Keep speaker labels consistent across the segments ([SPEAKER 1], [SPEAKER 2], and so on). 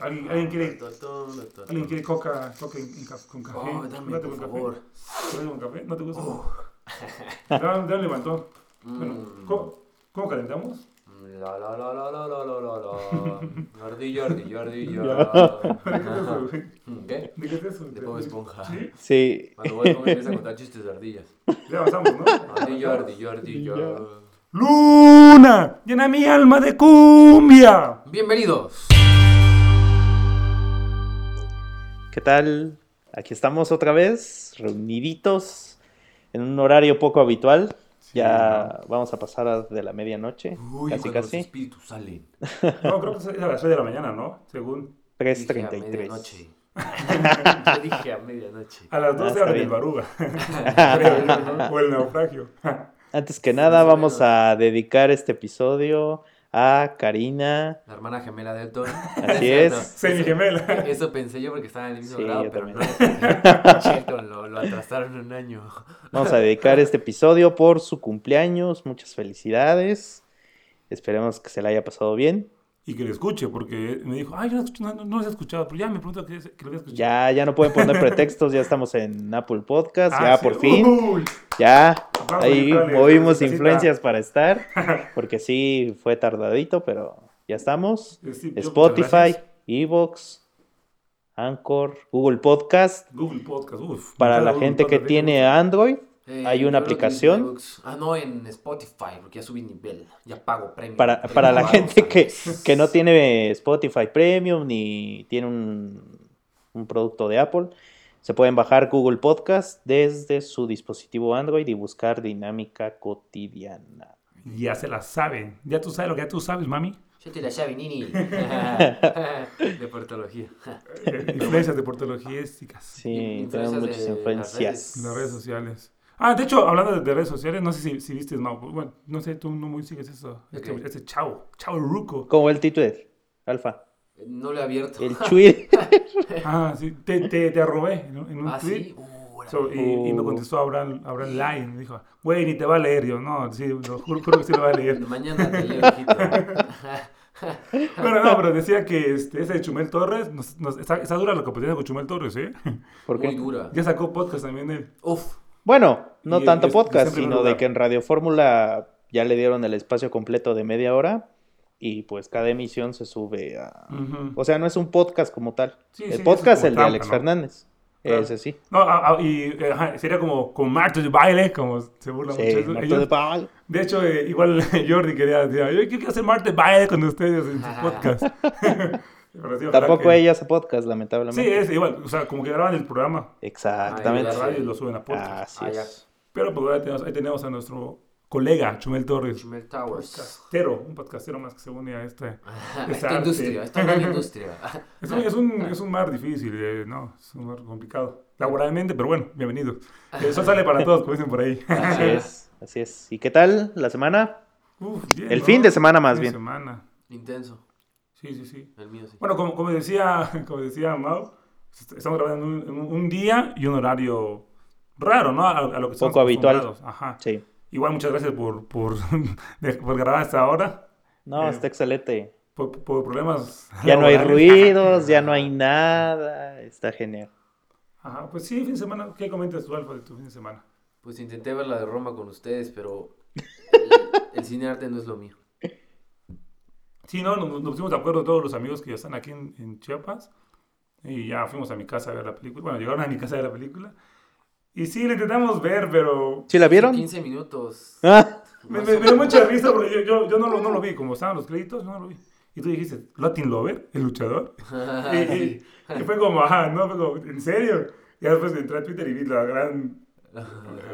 [SPEAKER 1] ¿Alguien,
[SPEAKER 2] Ah,
[SPEAKER 1] alguien quiere, ¿alguien
[SPEAKER 2] ¿Alguien
[SPEAKER 1] quiere coca, coca en- en ca- con café?
[SPEAKER 2] Oh, dame,
[SPEAKER 1] Chocolate
[SPEAKER 2] por
[SPEAKER 1] con
[SPEAKER 2] favor.
[SPEAKER 1] Café? ¿Chocolate con café? ¿No te gusta?
[SPEAKER 2] Oh.
[SPEAKER 1] Dale, dale levantón. Bueno,
[SPEAKER 2] Mm.
[SPEAKER 1] ¿cómo, cómo calentamos?
[SPEAKER 2] La la la la la la la la la. Jordi, Jordi, Jordi, Jordi.
[SPEAKER 1] ¿De qué es eso, güey?
[SPEAKER 2] Mm, ¿Qué?
[SPEAKER 1] ¿De qué es eso?
[SPEAKER 2] De Bob Esponja.
[SPEAKER 1] ¿Sí?
[SPEAKER 3] Sí.
[SPEAKER 2] Cuando vos comienzas a contar chistes de ardillas.
[SPEAKER 1] Ya avanzamos, ¿no?
[SPEAKER 2] Jordi, Jordi, Jordi, Jordi.
[SPEAKER 1] Luna, llena mi alma de cumbia.
[SPEAKER 2] Bienvenidos.
[SPEAKER 3] ¿Qué tal? Aquí estamos otra vez, reuniditos en un horario poco habitual. ya vamos a pasar a- de la medianoche,
[SPEAKER 2] Uy,
[SPEAKER 3] casi
[SPEAKER 2] cuando los
[SPEAKER 3] casi.
[SPEAKER 2] espíritus salen.
[SPEAKER 1] No, creo que es a las 6 de la mañana, ¿no? Según.
[SPEAKER 2] Dije a
[SPEAKER 3] 3.33.
[SPEAKER 2] medianoche. Yo dije a medianoche.
[SPEAKER 1] A las 12
[SPEAKER 3] está
[SPEAKER 1] hablan del
[SPEAKER 3] bien.
[SPEAKER 1] baruga. Creo, o el naufragio.
[SPEAKER 3] Antes que nada,
[SPEAKER 2] más o
[SPEAKER 3] vamos
[SPEAKER 2] menos.
[SPEAKER 3] a dedicar este episodio a Karina.
[SPEAKER 2] La hermana gemela de Elton.
[SPEAKER 3] Así
[SPEAKER 2] cierto.
[SPEAKER 3] es.
[SPEAKER 1] Semigemela.
[SPEAKER 2] Eso pensé yo porque estaba en el mismo
[SPEAKER 3] Sí,
[SPEAKER 2] grado,
[SPEAKER 3] yo
[SPEAKER 2] pero no.
[SPEAKER 3] también.
[SPEAKER 2] Elton lo, lo atrasaron un año.
[SPEAKER 3] Vamos a dedicar este episodio por su cumpleaños. Muchas felicidades. Esperemos que se la haya pasado bien.
[SPEAKER 1] Y que lo escuche, porque me dijo, ay, yo no, escucho- no, no los he escuchado, pero ya me pregunto que, que lo había escuchado.
[SPEAKER 3] Ya, ya no pueden poner pretextos, ya estamos en Apple Podcast,
[SPEAKER 1] Ah,
[SPEAKER 3] ya
[SPEAKER 1] sí.
[SPEAKER 3] por fin.
[SPEAKER 1] Uy,
[SPEAKER 3] Ya,
[SPEAKER 1] Vamos,
[SPEAKER 3] ahí
[SPEAKER 1] dale,
[SPEAKER 3] movimos
[SPEAKER 1] dale,
[SPEAKER 3] influencias para estar, porque sí fue tardadito, pero ya estamos.
[SPEAKER 1] Steve Jobs,
[SPEAKER 3] Spotify,
[SPEAKER 1] gracias.
[SPEAKER 3] Evox, Anchor, Google Podcast.
[SPEAKER 1] Google Podcast, uf.
[SPEAKER 3] Para
[SPEAKER 1] Cada
[SPEAKER 3] la
[SPEAKER 1] Google
[SPEAKER 3] gente que
[SPEAKER 1] Podcast,
[SPEAKER 3] tiene Android,
[SPEAKER 2] Eh,
[SPEAKER 3] Hay una
[SPEAKER 2] yo lo que
[SPEAKER 3] aplicación.
[SPEAKER 2] hice en iVoox. Ah, no, en Spotify, porque ya subí nivel. Ya pago premio.
[SPEAKER 3] para,
[SPEAKER 2] Premium
[SPEAKER 3] para la
[SPEAKER 2] pago,
[SPEAKER 3] gente que,
[SPEAKER 2] ¿sabes?
[SPEAKER 3] que no tiene Spotify Premium ni tiene un, un producto de Apple, se pueden bajar Google Podcast desde su dispositivo Android y buscar dinámica cotidiana.
[SPEAKER 1] Ya se la saben. Ya tú sabes lo que ya tú sabes, mami.
[SPEAKER 2] Yo te la llave, Nini. de portología.
[SPEAKER 1] Eh, Influencias de portología esticas.
[SPEAKER 3] Sí, tenemos
[SPEAKER 2] Influencias
[SPEAKER 3] muchas
[SPEAKER 2] de las
[SPEAKER 3] influencias.
[SPEAKER 1] Las redes sociales. Ah, de hecho, hablando de, de redes sociales, no sé si, si viste, Mau, bueno, no sé, tú no muy sigues eso. Este,
[SPEAKER 2] Ok.
[SPEAKER 1] este chavo, chavo Ruco.
[SPEAKER 3] Como el Twitter, Alfa.
[SPEAKER 2] No lo he abierto.
[SPEAKER 3] El Twitter.
[SPEAKER 1] Ah, sí, te, te, te arrobé en, un- en un
[SPEAKER 2] Ah,
[SPEAKER 1] tweet.
[SPEAKER 2] sí. Uh, la-
[SPEAKER 1] So, y, y me
[SPEAKER 3] Oh.
[SPEAKER 1] contestó Abraham, Abraham Lyon. Me dijo, güey, ni te va a leer. Yo, no, sí, lo juro, juro que sí lo va a leer.
[SPEAKER 2] Mañana te leo, hijito.
[SPEAKER 1] Pero no, pero decía que este, ese de Chumel Torres, nos- nos- está, está dura la competencia con Chumel Torres, ¿eh?
[SPEAKER 3] ¿Por qué?
[SPEAKER 2] Muy dura.
[SPEAKER 1] Ya sacó podcast también él.
[SPEAKER 2] Uf.
[SPEAKER 3] Bueno,
[SPEAKER 1] Y-
[SPEAKER 3] no
[SPEAKER 1] y
[SPEAKER 3] tanto
[SPEAKER 1] es-
[SPEAKER 3] podcast,
[SPEAKER 1] siempre en un
[SPEAKER 3] sino de
[SPEAKER 1] lugar.
[SPEAKER 3] que en Radio Fórmula ya le dieron el espacio completo de media hora y pues cada emisión se sube a...
[SPEAKER 1] Ujú.
[SPEAKER 3] O sea, no es un podcast como tal.
[SPEAKER 1] Mm. Sí, sí,
[SPEAKER 3] el
[SPEAKER 1] es
[SPEAKER 3] podcast
[SPEAKER 1] como
[SPEAKER 3] es el de
[SPEAKER 1] trampa,
[SPEAKER 3] Alex
[SPEAKER 1] ¿no?
[SPEAKER 3] Fernández.
[SPEAKER 1] Claro.
[SPEAKER 3] Ese sí.
[SPEAKER 1] No, a- a- y eh, ajá, sería como con Martes de baile, como se burla
[SPEAKER 3] Sí,
[SPEAKER 1] mucho. eso.
[SPEAKER 3] Marta
[SPEAKER 1] Ellos-
[SPEAKER 3] de Pabal.
[SPEAKER 1] De hecho, eh, igual Jordi quería decir, yo quiero hacer Marte baile con ustedes en su
[SPEAKER 2] Ajá.
[SPEAKER 1] podcast. Pero sí, ojalá
[SPEAKER 3] Tampoco
[SPEAKER 1] que-
[SPEAKER 3] ella hace podcast,
[SPEAKER 1] Sí,
[SPEAKER 3] lamentablemente.
[SPEAKER 1] es igual, o sea, como que graban el programa en la
[SPEAKER 3] Exactamente.
[SPEAKER 2] Ay,
[SPEAKER 1] radio y lo suben a podcast.
[SPEAKER 3] Así
[SPEAKER 2] Ah, ya.
[SPEAKER 3] es.
[SPEAKER 1] Pero pues ahora tenemos- ahí tenemos a nuestro colega Chumel Torres,
[SPEAKER 2] Chumel Towers.
[SPEAKER 1] podcastero, un podcastero más que se une a este, esta... Es
[SPEAKER 2] Esta
[SPEAKER 1] arte.
[SPEAKER 2] industria, esta gran industria.
[SPEAKER 1] Es un, es un, es un mar difícil, eh, no, es un mar complicado, laboralmente, pero bueno, bienvenido. Eso sale para todos, como dicen por ahí.
[SPEAKER 3] Así es. Así es. ¿Y qué tal la semana?
[SPEAKER 1] Uf, bien,
[SPEAKER 3] El fin de semana, más
[SPEAKER 1] Fin de
[SPEAKER 3] bien.
[SPEAKER 1] semana.
[SPEAKER 2] Intenso.
[SPEAKER 1] Sí, sí, sí.
[SPEAKER 2] El mío sí.
[SPEAKER 1] Bueno, como, como decía, como decía Mau, est- estamos grabando en un, en un día y un horario raro, ¿no? A, a lo que estamos
[SPEAKER 3] Poco habitual.
[SPEAKER 1] acostumbrados. Ajá.
[SPEAKER 3] Sí.
[SPEAKER 1] Igual muchas gracias por, por, de- por grabar hasta ahora.
[SPEAKER 3] No,
[SPEAKER 1] Eh,
[SPEAKER 3] está excelente.
[SPEAKER 1] Por, por problemas.
[SPEAKER 3] Ya no hay
[SPEAKER 1] laborales.
[SPEAKER 3] ruidos, ya no hay nada. Está genial.
[SPEAKER 1] Ajá, pues sí, fin de semana. ¿Qué comentas tú, Alfa, de tu fin de semana?
[SPEAKER 2] Pues intenté ver la de Roma con ustedes, pero el, el cine arte no es lo mío.
[SPEAKER 1] Sí, no, nos, nos pusimos de acuerdo todos los amigos que ya están aquí en, en Chiapas. Y ya fuimos a mi casa a ver la película. Bueno, llegaron a mi casa a ver la película. Y sí, la intentamos ver, pero
[SPEAKER 3] ¿Sí la vieron?
[SPEAKER 2] 15 minutos.
[SPEAKER 3] Ah,
[SPEAKER 1] Me,
[SPEAKER 2] Más
[SPEAKER 1] me-
[SPEAKER 2] o
[SPEAKER 1] me dio
[SPEAKER 2] menos.
[SPEAKER 1] mucha risa porque yo, yo, yo no, lo, no lo vi, como estaban los créditos, no lo vi. Y tú dijiste, Latin Lover, el luchador. Y, y- y fue como, ajá, no, fue como, ¿en serio? Y después entré a Twitter y vi la gran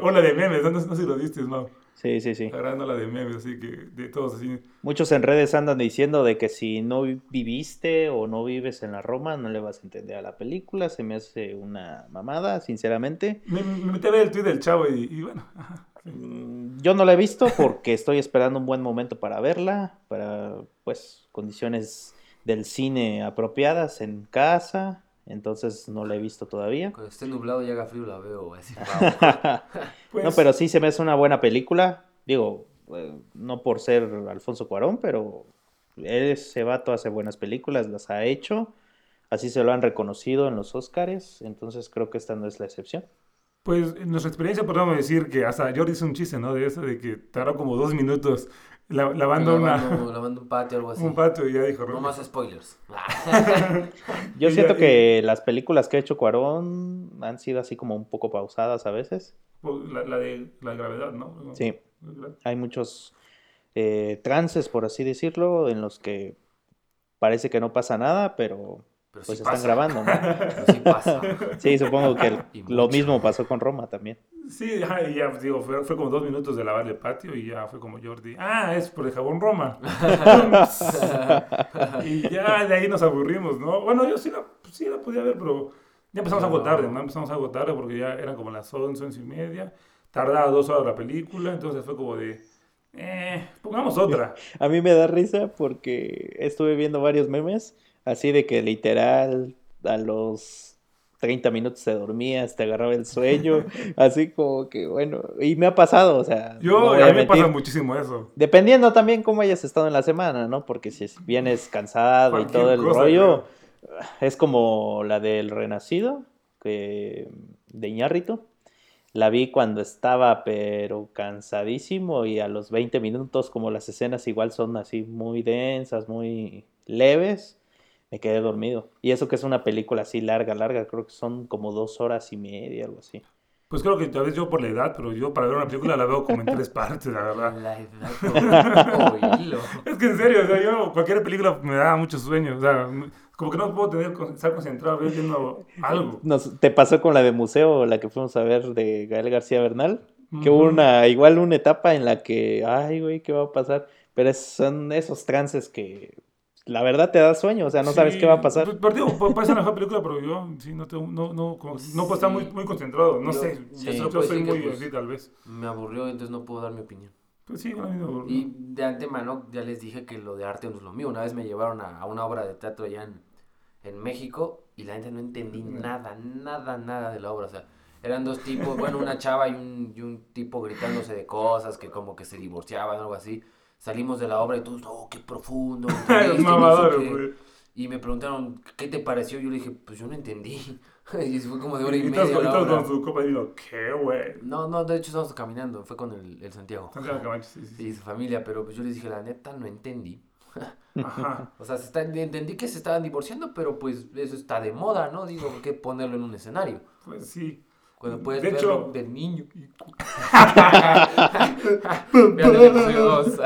[SPEAKER 1] ola de memes, no, no sé si lo viste, Mau,
[SPEAKER 3] sí, sí, sí.
[SPEAKER 1] la gran ola de memes, así que de todos así.
[SPEAKER 3] Muchos en redes andan diciendo de que si no viviste o no vives en la Roma, no le vas a entender a la película. Se me hace una mamada, sinceramente.
[SPEAKER 1] Me, me metí a ver el tweet del chavo y, y bueno, ajá.
[SPEAKER 3] Mm, Yo no la he visto porque estoy esperando un buen momento para verla, para pues condiciones del cine apropiadas en casa. Entonces no la he visto todavía.
[SPEAKER 2] Cuando esté nublado y haga frío la veo. así, wow.
[SPEAKER 1] Pues,
[SPEAKER 3] No, pero sí se me hace una buena película. Digo, eh, no por ser Alfonso Cuarón, pero él, ese vato hace buenas películas, las ha hecho. Así se lo han reconocido en los Óscares, entonces creo que esta no es la excepción.
[SPEAKER 1] Pues en nuestra experiencia podríamos decir que hasta Jordi hizo un chiste, ¿no? De eso, de que tardó como dos minutos la- lavando, una-
[SPEAKER 2] Lavando- lavando un patio o algo así.
[SPEAKER 1] un pato y ya dijo, "Pues,
[SPEAKER 2] No más spoilers. Ah,
[SPEAKER 3] Yo
[SPEAKER 1] Y
[SPEAKER 3] siento
[SPEAKER 1] ya-
[SPEAKER 3] que las películas que ha hecho Cuarón han sido así como un poco pausadas a veces.
[SPEAKER 1] pues, la, la de la gravedad, ¿no?
[SPEAKER 3] Sí,
[SPEAKER 1] Gravedad.
[SPEAKER 3] hay muchos eh, trances, por así decirlo, en los que parece que no pasa nada, pero
[SPEAKER 2] Pero
[SPEAKER 3] pues
[SPEAKER 2] sí
[SPEAKER 3] están
[SPEAKER 2] pasa.
[SPEAKER 3] grabando, ¿no?
[SPEAKER 2] Pero sí pasa.
[SPEAKER 3] Sí, supongo que el-
[SPEAKER 2] Y
[SPEAKER 3] lo
[SPEAKER 2] mucho.
[SPEAKER 3] mismo pasó con Roma también.
[SPEAKER 1] Sí, ajá, y ya, pues, digo, fue, fue como dos minutos de lavar el patio y ya fue como Jordi, ah, es por el jabón Roma. y ya de ahí nos aburrimos, ¿no? Bueno, yo sí la, sí la podía ver, pero ya empezamos algo
[SPEAKER 2] No.
[SPEAKER 1] tarde, ¿no? Empezamos algo tarde porque ya eran como las 11, 11 y media. Tardaba dos horas la película, entonces fue como de, eh, pongamos otra.
[SPEAKER 3] A mí me da risa porque estuve viendo varios memes, así de que literal a los 30 minutos te dormías, te agarraba el sueño, así como que bueno, y me ha pasado, o sea,
[SPEAKER 1] Yo,
[SPEAKER 3] no voy
[SPEAKER 1] a mí me
[SPEAKER 3] mentir.
[SPEAKER 1] pasa muchísimo eso.
[SPEAKER 3] Dependiendo también cómo hayas estado en la semana, ¿no? Porque si es- vienes cansado
[SPEAKER 1] Cualquier
[SPEAKER 3] y todo el
[SPEAKER 1] cosa,
[SPEAKER 3] rollo, es como la del Renacido, que, de Iñárritu. La vi cuando estaba, pero cansadísimo, y a los 20 minutos, como las escenas igual son así muy densas, muy leves, me quedé dormido. Y eso que es una película así larga, larga, creo que son como dos horas y media, algo así.
[SPEAKER 1] Pues creo que tal vez yo por la edad, pero yo para ver una película la veo como en tres partes, la verdad.
[SPEAKER 2] La edad como hilo.
[SPEAKER 1] Es que en serio, o sea, yo cualquier película me da mucho sueño, o sea, m- como que no puedo tener, con- estar concentrado ver viendo algo.
[SPEAKER 3] Nos- ¿Te pasó con la de museo, la que fuimos a ver de Gael García Bernal? Que hubo
[SPEAKER 1] Ujú.
[SPEAKER 3] una, igual una etapa en la que, ay, güey, ¿qué va a pasar? Pero es- son esos trances que la verdad te da sueño, o sea, no sabes
[SPEAKER 1] Sí, pues,
[SPEAKER 3] qué va a pasar.
[SPEAKER 1] Pero digo, pu- puede ser la mejor película, pero yo sí, no, tengo, no, no, como que no puedo estar muy, muy concentrado, no
[SPEAKER 2] Yo-
[SPEAKER 1] sé,
[SPEAKER 2] sí,
[SPEAKER 1] yo- yo
[SPEAKER 2] pues
[SPEAKER 1] soy
[SPEAKER 2] sí que,
[SPEAKER 1] muy
[SPEAKER 2] pues-
[SPEAKER 1] así tal vez.
[SPEAKER 2] Me aburrió, entonces no puedo dar mi opinión.
[SPEAKER 1] Pues sí, bueno, a mí no-
[SPEAKER 2] Y de antemano ya les dije que lo de arte no es lo mío. Una vez me llevaron a, a una obra de teatro allá en, en México y la gente no entendí nada, nada, nada de la obra. O sea, eran dos tipos, bueno, una chava y un, y un tipo gritándose de cosas que como que se divorciaban o algo así. Salimos de la obra y todos, oh, qué profundo. qué triste,
[SPEAKER 1] Los
[SPEAKER 2] no sé
[SPEAKER 1] mamadores,
[SPEAKER 2] qué".
[SPEAKER 1] güey.
[SPEAKER 2] Y me preguntaron, ¿qué te pareció? Yo le dije, pues yo no entendí. y fue como de hora y,
[SPEAKER 1] Y
[SPEAKER 2] media.
[SPEAKER 1] todos y
[SPEAKER 2] la
[SPEAKER 1] todos
[SPEAKER 2] obra.
[SPEAKER 1] con su copa de vino, qué güey.
[SPEAKER 2] No, no, de hecho estábamos caminando, fue con el, el Santiago
[SPEAKER 1] Santiago Camacho, sí, sí, sí.
[SPEAKER 2] y su familia, pero pues yo les dije, la neta, no entendí.
[SPEAKER 1] Ajá.
[SPEAKER 2] O sea, se están- entendí que se estaban divorciando, pero pues eso está de moda, ¿no? Digo, ¿por qué ponerlo en un escenario?
[SPEAKER 1] Pues sí.
[SPEAKER 2] Cuando puedes
[SPEAKER 1] De
[SPEAKER 2] verlo
[SPEAKER 1] hecho-
[SPEAKER 2] del niño. Vean el episodio dos.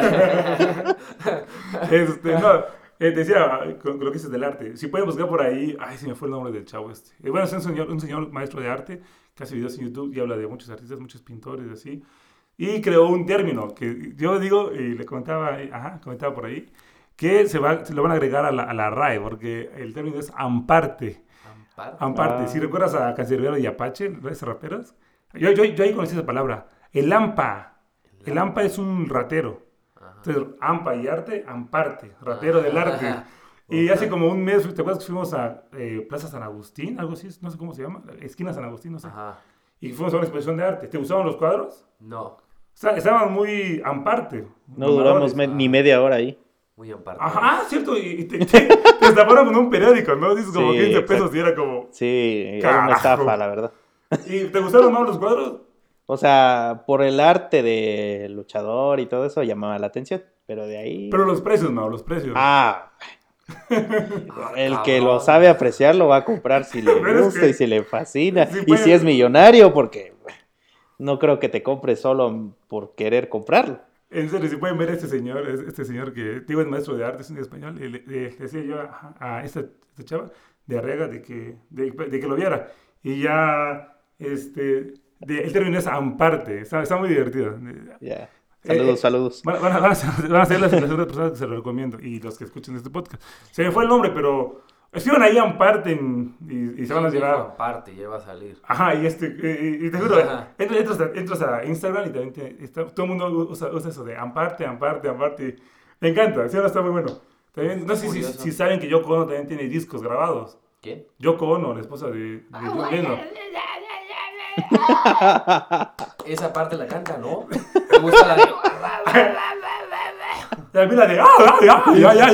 [SPEAKER 1] Este, no, eh, decía, con, con lo que dices del arte, si pueden buscar por ahí, ay, se me fue el nombre del chavo este. Eh, bueno, es un señor, un señor maestro de arte que hace videos en YouTube y habla de muchos artistas, muchos pintores y así. Y creó un término que yo digo, y le comentaba, eh, ajá, comentaba por ahí, que se, va, se lo van a agregar a la, a la RAE, porque el término es amparte.
[SPEAKER 2] Amparo.
[SPEAKER 1] Amparte,
[SPEAKER 3] Ah.
[SPEAKER 1] si recuerdas a Cancerbero y Apache, ¿ves raperos? Yo, yo, yo ahí conocí esa palabra, el AMPA. El AMPA es un ratero.
[SPEAKER 2] Ajá.
[SPEAKER 1] Entonces, AMPA y arte, AMPARTE, ratero del arte.
[SPEAKER 2] Ajá.
[SPEAKER 1] Y hace como un mes, ¿te acuerdas que fuimos a eh, Plaza San Agustín? Algo así, no sé cómo se llama, esquina San Agustín, no sé.
[SPEAKER 2] Ajá.
[SPEAKER 1] Y fuimos a una exposición de arte. ¿Te gustaban los cuadros?
[SPEAKER 2] No,
[SPEAKER 1] O sea, estaban muy amparte.
[SPEAKER 3] No duramos me-
[SPEAKER 1] ah.
[SPEAKER 3] ni media hora ahí.
[SPEAKER 2] muy aparte.
[SPEAKER 1] Ajá, ah, cierto, y, y te, te, te estafaron con un periódico, ¿no? Dices como
[SPEAKER 3] Sí,
[SPEAKER 1] 15
[SPEAKER 3] exacto.
[SPEAKER 1] pesos y era como...
[SPEAKER 3] Sí, era una
[SPEAKER 1] Carajo.
[SPEAKER 3] estafa, la verdad.
[SPEAKER 1] ¿Y te gustaron más los cuadros?
[SPEAKER 3] O sea, por el arte de luchador y todo eso llamaba la atención, pero de ahí...
[SPEAKER 1] Pero los precios, no, los precios.
[SPEAKER 3] Ah,
[SPEAKER 2] Ah,
[SPEAKER 3] el que
[SPEAKER 2] cabrón.
[SPEAKER 3] lo sabe apreciar lo va a comprar si le
[SPEAKER 1] Pero es
[SPEAKER 3] gusta
[SPEAKER 1] que-
[SPEAKER 3] y si le fascina
[SPEAKER 1] Sí,
[SPEAKER 3] y
[SPEAKER 1] pues.
[SPEAKER 3] si es millonario, porque no creo que te compres solo por querer comprarlo.
[SPEAKER 1] En serio, si pueden ver a este señor, es- este señor que, digo, es maestro de arte, es un español, y le, le- le decía yo a, a esta, esta chava de Arrega de que, de, de que lo viera. Y ya, este, de, el término es amparte, está, está muy divertido.
[SPEAKER 3] Ya. Saludos,
[SPEAKER 1] Eh,
[SPEAKER 3] saludos.
[SPEAKER 1] Van, van a, van a ser, van a ser las, las otras personas que se lo recomiendo y los que escuchen este podcast. Se me fue el nombre, pero escriban ahí amparte en- y, y se van a
[SPEAKER 2] Sí, dijo
[SPEAKER 1] llevar.
[SPEAKER 2] Aparte, ya va a salir.
[SPEAKER 1] Ajá, y este, eh, y, y te juro,
[SPEAKER 2] Ajá.
[SPEAKER 1] entra- entras, a, entras a Instagram y también te- está- todo el mundo usa, usa eso de amparte, amparte, amparte. Me encanta, sí, ahora está muy bueno. También, no sé si,
[SPEAKER 2] Curioso.
[SPEAKER 1] si saben que Yoko Ono también tiene discos grabados.
[SPEAKER 2] ¿Quién?
[SPEAKER 1] Yoko Ono, la esposa de, de John Lennon.
[SPEAKER 2] Esa parte la canta, ¿no? Me gusta la de...
[SPEAKER 1] También la de, ¡ah, ah, ya, ya, ya, ya, ya,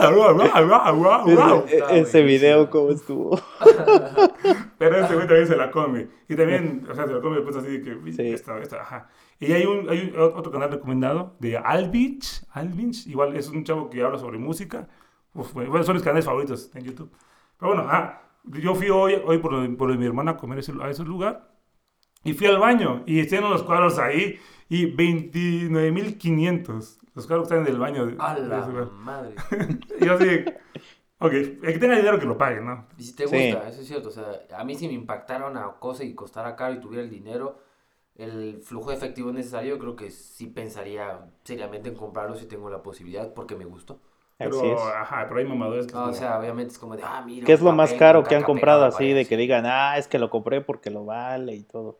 [SPEAKER 1] ya, ya, wow.
[SPEAKER 3] e-, Ese,
[SPEAKER 2] Está
[SPEAKER 3] ese video,
[SPEAKER 2] buenísimo.
[SPEAKER 3] ¿cómo estuvo?
[SPEAKER 1] Pero ese güey también se la come. Y también, o sea, se la come después así de que.
[SPEAKER 3] Sí.
[SPEAKER 1] Esta, esta, ajá. Y hay, un, hay un- otro canal recomendado de Alvinch. Alvinch, igual es un chavo que habla sobre música. Uf, güey, bueno, son mis canales favoritos en YouTube. Pero bueno, ajá. Yo fui hoy, hoy por, lo de- por lo de mi hermana a comer ese- a ese lugar. Y fui al baño. Y tienen los cuadros ahí. Y 29.500. Los cuadros que están en el baño. de-
[SPEAKER 2] A
[SPEAKER 1] de
[SPEAKER 2] la
[SPEAKER 1] ese lugar.
[SPEAKER 2] madre.
[SPEAKER 1] Y yo así. de, Ok, el que tenga dinero que lo pague, ¿no?
[SPEAKER 2] Y si te
[SPEAKER 3] Sí.
[SPEAKER 2] gusta, eso es cierto. O sea, a mí si me impactara una cosa y costara caro y tuviera el dinero, el flujo de efectivo necesario, yo creo que sí pensaría seriamente en comprarlo si tengo la posibilidad porque me gustó.
[SPEAKER 3] Así
[SPEAKER 1] Pero, ah,
[SPEAKER 3] es. Ah,
[SPEAKER 1] ajá, pero hay mamadores que...
[SPEAKER 2] O sea, obviamente es como de, ah, mira.
[SPEAKER 3] ¿Qué es
[SPEAKER 2] un
[SPEAKER 3] lo más
[SPEAKER 2] papel
[SPEAKER 3] caro
[SPEAKER 2] con
[SPEAKER 3] que han
[SPEAKER 2] caca
[SPEAKER 3] comprado
[SPEAKER 2] pegada a la
[SPEAKER 3] así
[SPEAKER 2] pared,
[SPEAKER 3] de
[SPEAKER 2] sí.
[SPEAKER 3] que digan, ah, es que lo compré porque lo vale y todo?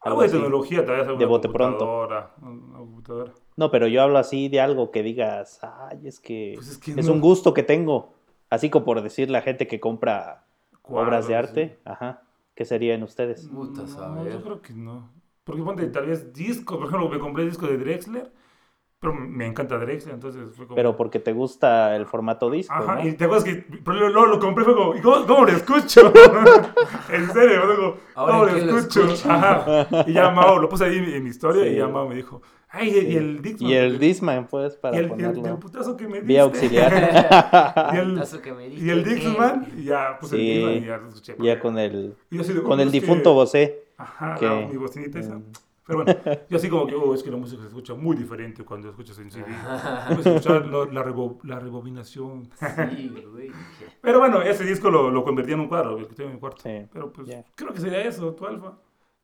[SPEAKER 1] algo
[SPEAKER 3] Algo
[SPEAKER 1] de
[SPEAKER 3] así.
[SPEAKER 1] tecnología, tal vez alguna
[SPEAKER 3] De bote pronto.
[SPEAKER 1] computadora. Una computadora.
[SPEAKER 3] No, pero yo hablo así de algo que digas, ay, es que
[SPEAKER 1] Pues es que
[SPEAKER 3] es
[SPEAKER 1] no-
[SPEAKER 3] un gusto que tengo. Así como por decir la gente que compra obras de
[SPEAKER 1] Cuadros,
[SPEAKER 3] arte, ajá. ¿Qué serían ustedes?
[SPEAKER 1] sí.
[SPEAKER 2] Puta,
[SPEAKER 1] No,
[SPEAKER 2] saber.
[SPEAKER 1] yo creo que no. Porque ponte tal vez discos, por ejemplo, me compré disco de Drexler, pero me encanta Drexler, entonces fue como...
[SPEAKER 3] Pero porque te gusta el formato disco,
[SPEAKER 1] Ajá,
[SPEAKER 3] ¿no?
[SPEAKER 1] y te acuerdas que pero luego luego lo compré, fue como, ¿y cómo, cómo lo escucho? en serio, fue como,
[SPEAKER 2] Ahora,
[SPEAKER 1] ¿cómo
[SPEAKER 2] ¿en
[SPEAKER 1] lo
[SPEAKER 2] qué lo
[SPEAKER 1] escucho?
[SPEAKER 2] escucho?
[SPEAKER 1] Ajá. Y ya Mao, lo puse ahí en, en mi historia
[SPEAKER 3] Sí.
[SPEAKER 1] y ya Mao me dijo, ay, y, y el Dixman.
[SPEAKER 3] Y el Disman, pues,
[SPEAKER 1] Y
[SPEAKER 3] para
[SPEAKER 1] el, y el-
[SPEAKER 3] ponerlo
[SPEAKER 1] y el putazo que me diste.
[SPEAKER 3] vía auxiliar.
[SPEAKER 1] y el,
[SPEAKER 2] Putazo que me diste,
[SPEAKER 1] y el
[SPEAKER 2] ¿qué?
[SPEAKER 1] Dixman, y ya puse
[SPEAKER 3] Sí.
[SPEAKER 1] el Dixman y ya lo escuché.
[SPEAKER 3] ya con el,
[SPEAKER 1] Y yo así de,
[SPEAKER 3] con
[SPEAKER 1] "Oh, es
[SPEAKER 3] el
[SPEAKER 1] que-
[SPEAKER 3] difunto Bosé.
[SPEAKER 1] Ajá,
[SPEAKER 3] que-
[SPEAKER 1] ah, mi bocinita esa.
[SPEAKER 3] Mm.
[SPEAKER 1] Pero bueno, yo así como que, oh, es que la música se escucha muy diferente cuando escuchas en CD. Puedes escuchar lo- la, rebo- la rebobinación.
[SPEAKER 2] Sí, güey.
[SPEAKER 1] Pero bueno, ese disco lo, lo convertí en un cuadro, el que tengo en mi cuarto.
[SPEAKER 3] Sí.
[SPEAKER 1] Pero pues,
[SPEAKER 3] Ya.
[SPEAKER 1] creo que sería eso, tu alfa.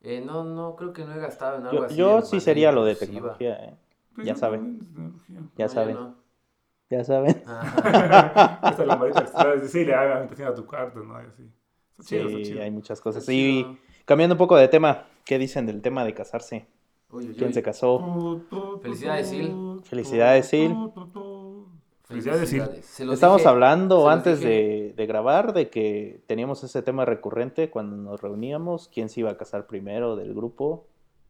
[SPEAKER 2] Eh, no, no, creo que no he gastado en algo
[SPEAKER 3] Yo,
[SPEAKER 2] así.
[SPEAKER 3] yo
[SPEAKER 2] de
[SPEAKER 3] sí
[SPEAKER 2] manera
[SPEAKER 3] sería lo de
[SPEAKER 2] impulsiva.
[SPEAKER 3] tecnología, ¿eh?
[SPEAKER 1] Sí,
[SPEAKER 3] Ya
[SPEAKER 1] Pues, no,
[SPEAKER 3] saben.
[SPEAKER 1] tecnología.
[SPEAKER 3] Ya
[SPEAKER 2] No, yo
[SPEAKER 3] saben,
[SPEAKER 2] no.
[SPEAKER 3] ya saben.
[SPEAKER 2] Ajá.
[SPEAKER 1] Esta lamparita que traes, sí, le haga habitación a tu cuarto, ¿no? Y así. Está
[SPEAKER 3] Sí,
[SPEAKER 1] chido, está chido.
[SPEAKER 3] hay muchas cosas.
[SPEAKER 2] Está
[SPEAKER 3] Y
[SPEAKER 2] chido.
[SPEAKER 3] cambiando un poco de tema, ¿qué dicen del tema de casarse?
[SPEAKER 2] Uy, uy,
[SPEAKER 3] ¿Quién
[SPEAKER 2] uy.
[SPEAKER 3] se casó?
[SPEAKER 2] Felicidades, Sil.
[SPEAKER 3] Felicidades, Sil.
[SPEAKER 1] Felicidades, Sil.
[SPEAKER 2] Se los
[SPEAKER 3] Estábamos
[SPEAKER 2] dije, se
[SPEAKER 3] hablando
[SPEAKER 2] los
[SPEAKER 3] antes
[SPEAKER 2] dije.
[SPEAKER 3] de, de grabar de que teníamos ese tema recurrente cuando nos reuníamos, quién se iba a casar primero del grupo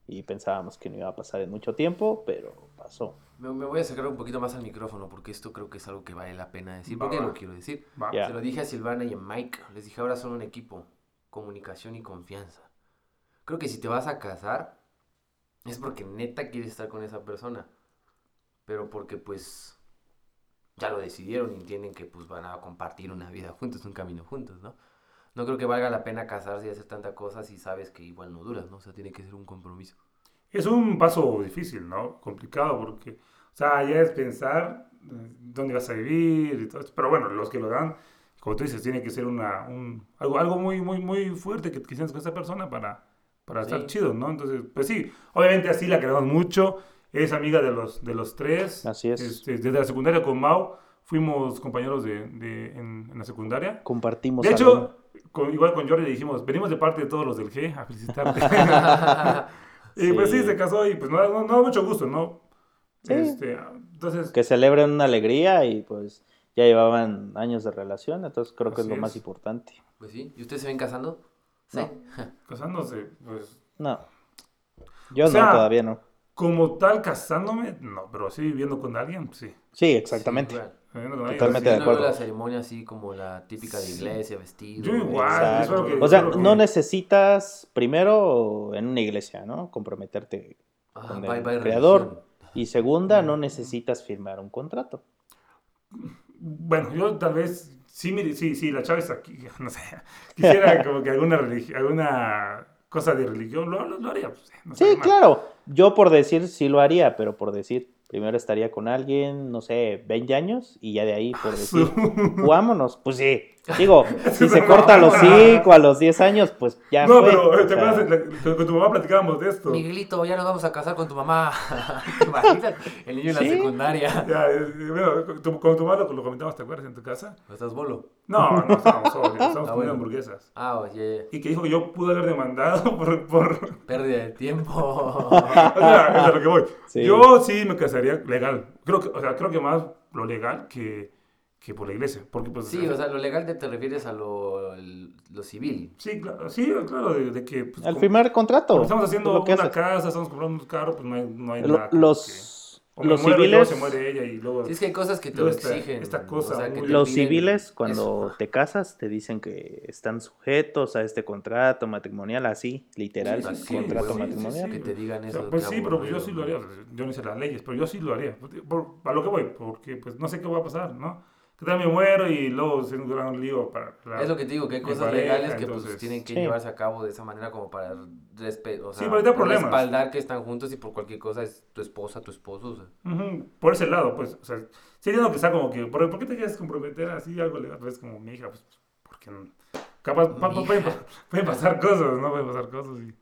[SPEAKER 3] y pensábamos que no iba a pasar en mucho tiempo, pero pasó.
[SPEAKER 2] Me, me voy a sacar un poquito más al micrófono porque esto creo que es algo que vale la pena decir.
[SPEAKER 1] Va,
[SPEAKER 2] Porque
[SPEAKER 1] va.
[SPEAKER 2] lo quiero decir.
[SPEAKER 1] Va.
[SPEAKER 3] Ya.
[SPEAKER 2] Se lo dije a Silvana y a Mike. Les dije, ahora son un equipo. Comunicación y confianza. Creo que si te vas a casar es porque neta quieres estar con esa persona. Pero porque pues ya lo decidieron y entienden que pues van a compartir una vida juntos, un camino juntos, ¿no? No creo que valga la pena casarse y hacer tanta cosa si sabes que igual no duras, ¿no? O sea, tiene que ser un compromiso.
[SPEAKER 1] Es un paso difícil, ¿no? Complicado porque, o sea, ya es pensar eh, dónde vas a vivir y todo esto. Pero bueno, los que lo dan, como tú dices, tiene que ser una, un, algo, algo muy, muy, muy fuerte que quisieras con esa persona para, para estar
[SPEAKER 2] Sí.
[SPEAKER 1] chido, ¿no? Entonces, pues sí, obviamente así la queremos mucho. Es amiga de los, de los tres.
[SPEAKER 3] Así es.
[SPEAKER 1] Este, desde la secundaria con Mau fuimos compañeros de, de- en- en la secundaria.
[SPEAKER 3] Compartimos
[SPEAKER 1] De
[SPEAKER 3] algo.
[SPEAKER 1] hecho, con- igual con Jordi le dijimos, venimos de parte de todos los del G a felicitarte. y pues sí,
[SPEAKER 3] Sí.
[SPEAKER 1] se casó y pues no, no, no da mucho gusto, ¿no?
[SPEAKER 3] Sí.
[SPEAKER 1] Este, entonces,
[SPEAKER 3] que celebren una alegría y pues ya llevaban años de relación, entonces creo que es
[SPEAKER 1] Así
[SPEAKER 3] lo más
[SPEAKER 1] es.
[SPEAKER 3] importante.
[SPEAKER 2] Pues sí. ¿Y ustedes se ven casando? Sí.
[SPEAKER 3] No.
[SPEAKER 1] casándose, pues
[SPEAKER 3] No. Yo
[SPEAKER 1] O sea-
[SPEAKER 3] no, todavía no.
[SPEAKER 1] como tal casándome, no, pero sí viviendo con alguien, pues sí.
[SPEAKER 3] Sí, exactamente.
[SPEAKER 2] Sí, igual.
[SPEAKER 1] Viviendo con alguien,
[SPEAKER 3] Totalmente
[SPEAKER 1] sí.
[SPEAKER 3] de
[SPEAKER 2] Yo no veo
[SPEAKER 3] acuerdo.
[SPEAKER 2] la ceremonia así como la típica de iglesia, vestido. eh,
[SPEAKER 1] Yo igual,
[SPEAKER 2] ¿no?
[SPEAKER 1] es lo que-
[SPEAKER 3] o sea,
[SPEAKER 1] creo que-
[SPEAKER 3] no necesitas primero en una iglesia, ¿no? Comprometerte.
[SPEAKER 2] Ah,
[SPEAKER 3] con
[SPEAKER 2] bye,
[SPEAKER 3] el
[SPEAKER 2] bye,
[SPEAKER 3] creador.
[SPEAKER 2] religión.
[SPEAKER 3] Y segunda, no necesitas firmar un contrato.
[SPEAKER 1] Bueno, yo tal vez, sí, mire, sí, sí, la Chávez aquí, no sé, quisiera como que alguna religi- alguna cosa de religión, lo, lo- lo haría. pues, no
[SPEAKER 3] Sí,
[SPEAKER 1] estaría mal.
[SPEAKER 3] claro. Yo por decir sí lo haría, pero por decir, primero estaría con alguien, no sé, 20 años y ya de ahí por decir, vámonos, pues sí. Digo, si se corta a los 5, a los 10 años, pues ya
[SPEAKER 1] No,
[SPEAKER 3] fue.
[SPEAKER 1] pero eh,
[SPEAKER 3] O
[SPEAKER 1] te
[SPEAKER 3] sea,
[SPEAKER 1] acuerdas, la- con- con tu mamá platicábamos de esto.
[SPEAKER 2] Miguelito, ya nos vamos a casar con tu mamá. Imagínate, el niño en
[SPEAKER 3] Sí.
[SPEAKER 2] la secundaria.
[SPEAKER 1] Ya, eh, bueno, con tu, con tu mamá lo, lo comentamos, ¿te acuerdas? En tu casa.
[SPEAKER 2] ¿No estás bolo?
[SPEAKER 1] No, no, estábamos sobrios, estábamos
[SPEAKER 2] Ah,
[SPEAKER 1] comiendo
[SPEAKER 2] bueno.
[SPEAKER 1] hamburguesas.
[SPEAKER 2] Ah, oye,
[SPEAKER 1] Y que dijo que yo pude haber demandado por... por...
[SPEAKER 2] pérdida de tiempo.
[SPEAKER 1] O sea, es a lo que voy.
[SPEAKER 3] Sí.
[SPEAKER 1] Yo sí me casaría legal. Creo que, o sea, creo que más lo legal que, que por la iglesia. Porque, pues,
[SPEAKER 2] Sí, o sea, lo legal te, te refieres a lo, el- lo civil.
[SPEAKER 1] Sí, claro, sí, claro de, de que... pues,
[SPEAKER 3] Al
[SPEAKER 1] como-
[SPEAKER 3] firmar contrato.
[SPEAKER 1] como estamos
[SPEAKER 3] es
[SPEAKER 1] haciendo
[SPEAKER 3] lo que
[SPEAKER 1] una
[SPEAKER 3] haces.
[SPEAKER 1] casa, estamos comprando un carro, pues no hay, no hay
[SPEAKER 3] Lo-
[SPEAKER 1] nada. como
[SPEAKER 3] los
[SPEAKER 1] O me
[SPEAKER 3] Los
[SPEAKER 1] muero y luego
[SPEAKER 3] civiles-
[SPEAKER 1] se muere ella y luego...
[SPEAKER 2] Sí, es que hay cosas que te
[SPEAKER 1] Yo
[SPEAKER 2] lo
[SPEAKER 1] esta-
[SPEAKER 2] exigen.
[SPEAKER 1] esta cosa,
[SPEAKER 2] que
[SPEAKER 1] uy.
[SPEAKER 2] te
[SPEAKER 3] Los
[SPEAKER 2] piden
[SPEAKER 3] civiles,
[SPEAKER 2] eso.
[SPEAKER 3] cuando te casas, te dicen que están sujetos a este contrato matrimonial, así, literal,
[SPEAKER 2] Sí, sí, sí,
[SPEAKER 3] contrato
[SPEAKER 2] sí, sí,
[SPEAKER 3] matrimonial.
[SPEAKER 2] sí. Que te digan
[SPEAKER 1] O sea,
[SPEAKER 2] eso,
[SPEAKER 1] pues
[SPEAKER 2] qué
[SPEAKER 1] sí, pero pues yo
[SPEAKER 2] aburrido,
[SPEAKER 1] sí lo
[SPEAKER 2] ¿no?
[SPEAKER 1] haría. Yo no hice las leyes, pero yo sí lo haría. Pues, Por- a lo que voy, porque pues no sé qué va a pasar, ¿no? Que tal me muero y luego se un gran lío para... la-
[SPEAKER 2] Es lo que te digo, que hay
[SPEAKER 1] mi
[SPEAKER 2] cosas
[SPEAKER 1] pareja,
[SPEAKER 2] legales que pues
[SPEAKER 1] entonces-
[SPEAKER 2] tienen que
[SPEAKER 3] Sí.
[SPEAKER 2] llevarse a cabo de esa manera como para respe- o
[SPEAKER 1] Sí,
[SPEAKER 2] sea,
[SPEAKER 1] para evitar problemas.
[SPEAKER 2] respaldar que están juntos y por cualquier cosa es tu esposa, tu esposo. o sea.
[SPEAKER 1] Ujú, Por ese lado, pues, o sea, sí entiendo que sea como que, ¿por, por qué te quieres comprometer así algo legal? Pues como mi hija, pues, porque no? capaz, pa- pa-
[SPEAKER 2] Mi
[SPEAKER 1] pueden, pa- pueden pasar cosas, ¿no? Pueden pasar cosas y...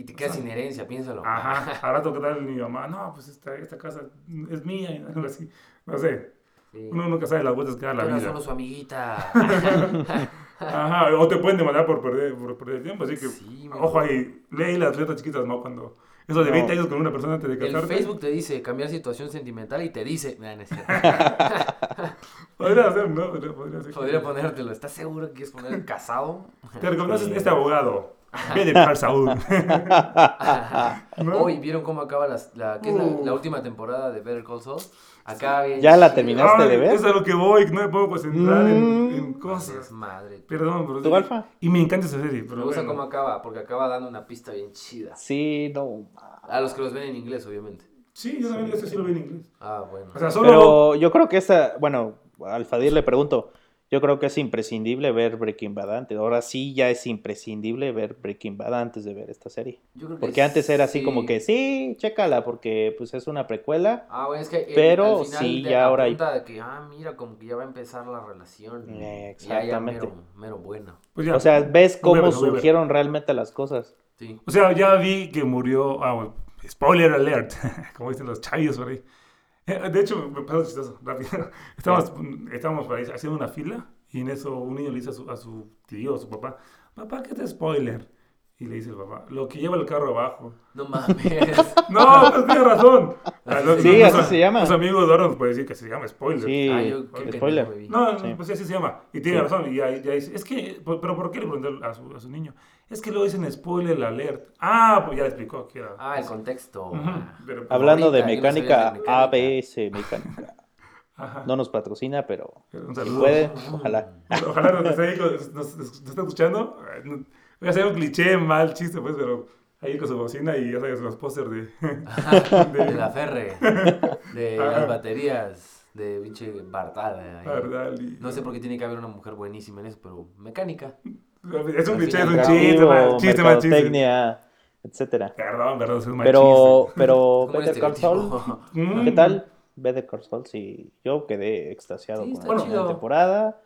[SPEAKER 2] Y te quedas sin herencia, piénsalo.
[SPEAKER 1] Ajá, ahora tengo que darle a mi mamá, no, pues esta, esta casa es mía y algo así, no sé.
[SPEAKER 2] Sí.
[SPEAKER 1] Uno nunca sabe las vueltas que da la
[SPEAKER 2] Tú eras
[SPEAKER 1] vida.
[SPEAKER 2] solo su amiguita.
[SPEAKER 1] Ajá, o te pueden demandar por perder, por perder el tiempo, así que,
[SPEAKER 2] Sí, mi
[SPEAKER 1] ojo
[SPEAKER 2] amor.
[SPEAKER 1] ahí, lee las letras chiquitas, ¿no? Cuando, eso de
[SPEAKER 3] No.
[SPEAKER 1] 20 años con una persona antes de
[SPEAKER 2] El
[SPEAKER 1] casarte.
[SPEAKER 2] Facebook te dice cambiar situación sentimental y te dice, "Nah, no es cierto".
[SPEAKER 1] Podría ser, ¿no? Podría, podría ser.
[SPEAKER 2] podría ponértelo. ¿Estás seguro que quieres poner casado?
[SPEAKER 1] Te reconoces este abogado, Viene para Saúl. ¿No?
[SPEAKER 2] Hoy vieron cómo acaba las- la, ¿qué es la,
[SPEAKER 1] Uh.
[SPEAKER 2] la última temporada de Better Call Saul. Acá bien
[SPEAKER 3] ¿Ya la
[SPEAKER 2] chido.
[SPEAKER 3] terminaste? de ver?
[SPEAKER 1] Es a lo que voy, no me puedo concentrar en,
[SPEAKER 3] Mm.
[SPEAKER 1] en
[SPEAKER 2] Es
[SPEAKER 1] cosas.
[SPEAKER 2] madre.
[SPEAKER 1] Perdón, pero.
[SPEAKER 3] ¿Tú,
[SPEAKER 1] sí.
[SPEAKER 3] Alfa?
[SPEAKER 1] Y me encanta esa serie, pero.
[SPEAKER 2] Me gusta
[SPEAKER 1] bueno.
[SPEAKER 2] cómo acaba, porque acaba dando una pista bien chida.
[SPEAKER 3] Sí, no.
[SPEAKER 2] A los que los ven en inglés, obviamente.
[SPEAKER 1] Sí, yo también eso sí lo vi en inglés.
[SPEAKER 2] Ah, bueno.
[SPEAKER 1] O sea, solo.
[SPEAKER 3] Pero yo creo que esta, bueno, al Fadir le pregunto, yo creo que es imprescindible ver Breaking Bad antes. Ahora sí ya es imprescindible ver Breaking Bad antes de ver esta serie.
[SPEAKER 2] Yo creo que
[SPEAKER 3] Porque antes era así
[SPEAKER 2] sí.
[SPEAKER 3] como que, Pues sí, chécala, porque pues es una precuela.
[SPEAKER 2] Ah, bueno, es que. el-
[SPEAKER 3] Pero
[SPEAKER 2] al final
[SPEAKER 3] sí,
[SPEAKER 2] te
[SPEAKER 3] ya ahora hay-
[SPEAKER 2] apunta de que, ah, mira, como que ya va a empezar la relación.
[SPEAKER 3] Eh,
[SPEAKER 2] Ya, ya,
[SPEAKER 3] exactamente.
[SPEAKER 2] mero, mero bueno.
[SPEAKER 1] pues ya.
[SPEAKER 3] O sea, ves
[SPEAKER 1] Voy a
[SPEAKER 3] cómo
[SPEAKER 1] ver, voy a ver.
[SPEAKER 3] surgieron realmente las cosas.
[SPEAKER 2] Sí.
[SPEAKER 1] O sea, ya vi que murió. Ah, bueno, spoiler alert, como dicen los chavillos por ahí. Eh, De hecho, me pasó chistoso, rápido. Estábamos, estábamos por ahí haciendo una fila y en eso un niño le dice a su, a su tío, a su papá, papá, ¿qué te spoiler? Y le dice el papá, lo que lleva el carro abajo.
[SPEAKER 2] No mames.
[SPEAKER 1] No, pues tiene razón. Ah, A
[SPEAKER 2] Sí,
[SPEAKER 1] los-
[SPEAKER 3] así se llama.
[SPEAKER 1] Los amigos de Orange pueden decir que se llama spoiler.
[SPEAKER 3] Sí,
[SPEAKER 2] Ah, yo creo que
[SPEAKER 3] spoiler.
[SPEAKER 2] no lo vi.
[SPEAKER 1] No,
[SPEAKER 3] Sí.
[SPEAKER 1] pues sí, así se llama. Y tiene
[SPEAKER 3] Sí.
[SPEAKER 1] razón. Y ya, ya dice, es que, ¿por- pero ¿por qué le preguntó a su, a su niño? Es que luego dicen spoiler alert. Ah, pues ya explicó que era.
[SPEAKER 2] Ah, el contexto.
[SPEAKER 1] Ujú, pero, pues,
[SPEAKER 3] Hablando de
[SPEAKER 2] Ahorita, yo no sabía
[SPEAKER 3] mecánica,
[SPEAKER 2] de mecánica.
[SPEAKER 3] ABS Mecánica.
[SPEAKER 1] ajá.
[SPEAKER 3] No nos patrocina, pero
[SPEAKER 1] Un
[SPEAKER 3] si
[SPEAKER 1] saludo.
[SPEAKER 3] puede, ojalá.
[SPEAKER 1] Ojalá nos esté, ahí con- nos, nos- nos esté escuchando. Eh, no- Voy a hacer un cliché, mal chiste, pues, pero ahí con su bocina y ya sabes, los pósters de.
[SPEAKER 2] De la Ferre. De
[SPEAKER 1] Ajá.
[SPEAKER 2] las baterías. De pinche Bartal. ahí.
[SPEAKER 1] Pardal y-
[SPEAKER 2] No sé por qué tiene que haber una mujer buenísima en eso, pero mecánica.
[SPEAKER 1] Es un
[SPEAKER 2] Al
[SPEAKER 1] cliché, es
[SPEAKER 2] final,
[SPEAKER 1] un
[SPEAKER 2] cabo,
[SPEAKER 1] chiste, mal chiste, mal chiste.
[SPEAKER 3] mercadotecnia, etcétera.
[SPEAKER 1] Perdón, perdón, soy un mal
[SPEAKER 3] Pero, pero,
[SPEAKER 2] Como este un
[SPEAKER 3] Better Call Saul,
[SPEAKER 2] estereotipo.
[SPEAKER 1] chiste.
[SPEAKER 3] ¿qué
[SPEAKER 1] Mm.
[SPEAKER 3] tal? Better Call Saul, sí, yo quedé extasiado
[SPEAKER 2] Sí,
[SPEAKER 3] con
[SPEAKER 2] está
[SPEAKER 3] la
[SPEAKER 1] Bueno.
[SPEAKER 3] primera
[SPEAKER 2] chido.
[SPEAKER 3] temporada.